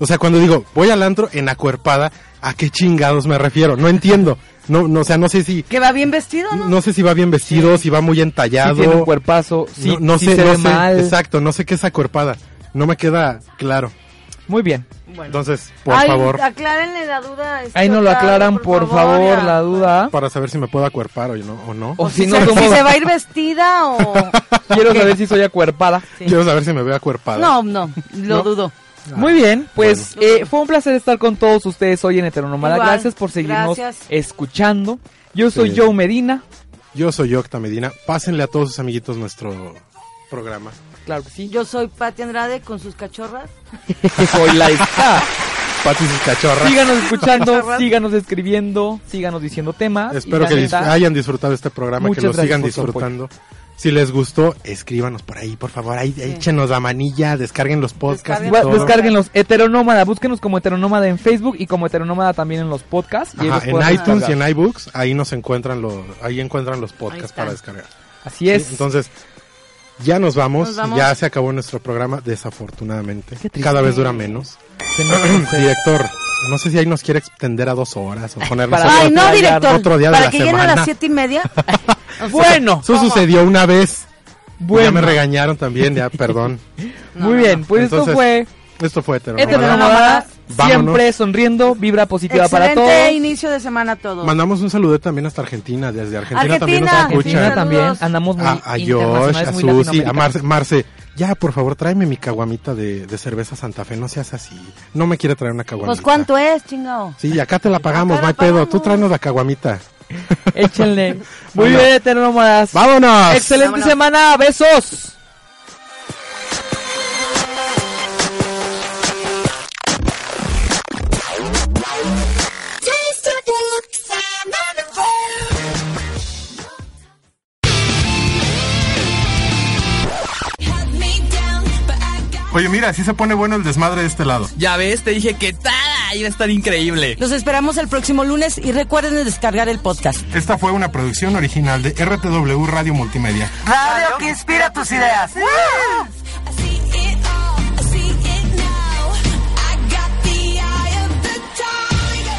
[SPEAKER 9] O sea, cuando digo voy al antro en acuerpada, ¿a qué chingados me refiero? No entiendo. No, no, o sea, no sé si
[SPEAKER 11] Que va bien vestido, ¿no?
[SPEAKER 9] no sé si va bien vestido, si va muy entallado.
[SPEAKER 1] Si tiene un cuerpazo, si-
[SPEAKER 9] no, no
[SPEAKER 1] si
[SPEAKER 9] sé,
[SPEAKER 1] se
[SPEAKER 9] no
[SPEAKER 1] ve
[SPEAKER 9] sé,
[SPEAKER 1] mal.
[SPEAKER 9] Exacto, no sé qué es acuerpada. No me queda claro.
[SPEAKER 1] Muy bien.
[SPEAKER 9] Entonces, por
[SPEAKER 11] Ay,
[SPEAKER 9] favor,
[SPEAKER 11] aclárenle la duda. este,
[SPEAKER 1] Ahí nos lo
[SPEAKER 11] Octavio,
[SPEAKER 1] aclaran, por favor,
[SPEAKER 11] ya.
[SPEAKER 1] la duda.
[SPEAKER 9] para saber si me puedo acuerpar o no. O no.
[SPEAKER 1] O si
[SPEAKER 11] Si,
[SPEAKER 1] no,
[SPEAKER 11] se,
[SPEAKER 1] ¿cómo?
[SPEAKER 11] si se va a ir vestida o...
[SPEAKER 1] quiero saber si soy acuerpada.
[SPEAKER 9] Quiero saber si me veo acuerpada.
[SPEAKER 11] No, no, lo
[SPEAKER 9] No.
[SPEAKER 11] dudo.
[SPEAKER 1] Muy bien, pues eh, fue un placer estar con todos ustedes hoy en Heteronomada.
[SPEAKER 11] Igual,
[SPEAKER 1] Gracias por seguirnos
[SPEAKER 11] gracias.
[SPEAKER 1] escuchando. Yo soy
[SPEAKER 9] Sí.
[SPEAKER 1] Joe Medina.
[SPEAKER 9] Yo soy Octa Medina. Pásenle a todos sus amiguitos nuestro programa.
[SPEAKER 1] Claro que sí.
[SPEAKER 11] Yo soy Pati Andrade con sus cachorras.
[SPEAKER 1] Soy la está.
[SPEAKER 9] Pati y sus cachorras.
[SPEAKER 1] Síganos escuchando, síganos escribiendo, síganos diciendo temas. y
[SPEAKER 9] Espero
[SPEAKER 1] la
[SPEAKER 9] que dis-
[SPEAKER 1] neta,
[SPEAKER 9] hayan disfrutado este programa,
[SPEAKER 1] Muchas
[SPEAKER 9] que lo
[SPEAKER 1] gracias
[SPEAKER 9] sigan
[SPEAKER 1] por su
[SPEAKER 9] disfrutando. Si les gustó, escríbanos por ahí, por favor. Ahí, Échenos la manilla, descarguen los podcasts. y
[SPEAKER 1] Gua-
[SPEAKER 9] todo.
[SPEAKER 1] Descárguenlos, Heteronómada, búsquenos como Heteronómada en Facebook y como Heteronómada también en los podcasts. y ahí los
[SPEAKER 9] Ajá,
[SPEAKER 1] podrán
[SPEAKER 9] en iTunes
[SPEAKER 1] descargar.
[SPEAKER 9] y en iBooks, ahí nos encuentran los, ahí encuentran los podcasts para descargar.
[SPEAKER 1] Así es.
[SPEAKER 9] Sí, Entonces, ya nos vamos,
[SPEAKER 11] Nos vamos.
[SPEAKER 9] ya se acabó nuestro programa, desafortunadamente.
[SPEAKER 11] triste.
[SPEAKER 9] Cada vez dura menos.
[SPEAKER 1] Se me- se-
[SPEAKER 9] Director, no sé si ahí nos quiere extender a dos horas o ponernos
[SPEAKER 1] Para-
[SPEAKER 9] a-
[SPEAKER 11] Ay, no,
[SPEAKER 1] Para
[SPEAKER 11] director.
[SPEAKER 9] otro día de
[SPEAKER 11] para
[SPEAKER 9] la
[SPEAKER 11] que lleguen a
[SPEAKER 9] semana.
[SPEAKER 11] las siete y media.
[SPEAKER 1] Bueno,
[SPEAKER 9] Eso sucedió una vez. Ya me
[SPEAKER 1] bueno.
[SPEAKER 9] regañaron también, ya, perdón.
[SPEAKER 1] Muy bien, pues esto
[SPEAKER 9] Entonces,
[SPEAKER 1] fue
[SPEAKER 9] Esto fue Heteronauta.
[SPEAKER 1] Heteronómada.
[SPEAKER 9] Vámonos.
[SPEAKER 1] Siempre sonriendo, vibra positiva para
[SPEAKER 11] Excelente
[SPEAKER 1] todos.
[SPEAKER 11] inicio de semana a todos.
[SPEAKER 9] Mandamos un saludo también hasta Argentina, desde Argentina, también nos escuchan.
[SPEAKER 11] Argentina,
[SPEAKER 1] Argentina pues, también,
[SPEAKER 11] Saludos.
[SPEAKER 1] andamos muy
[SPEAKER 9] a, a Josh,
[SPEAKER 1] internacionales, muy
[SPEAKER 9] a Ah, Susi, a
[SPEAKER 1] latinoamericanos.
[SPEAKER 9] Marce, Marce, ya por favor tráeme mi caguamita de, de cerveza Santa Fe, no seas así. No me quiere traer una caguamita.
[SPEAKER 11] Pues cuánto es, chingao.
[SPEAKER 9] Sí, acá te la pagamos, no hay pedo. Tú tráenos la caguamita.
[SPEAKER 1] Échenle. Muy
[SPEAKER 9] Bueno.
[SPEAKER 1] bien, heteronómadas.
[SPEAKER 9] ¡Vámonos!
[SPEAKER 1] Excelente semana, besos.
[SPEAKER 5] Taste of deluxe, I'm on the road.
[SPEAKER 9] Oye, mira, sí se pone bueno el desmadre de este lado.
[SPEAKER 8] Ya ves, te dije que tada, iba a estar increíble.
[SPEAKER 11] Los esperamos el próximo lunes y recuerden de descargar el podcast.
[SPEAKER 9] Esta fue una producción original de RTW Radio Multimedia.
[SPEAKER 12] Radio que inspira tus ideas.
[SPEAKER 15] I see it now. I got the eye of the tiger.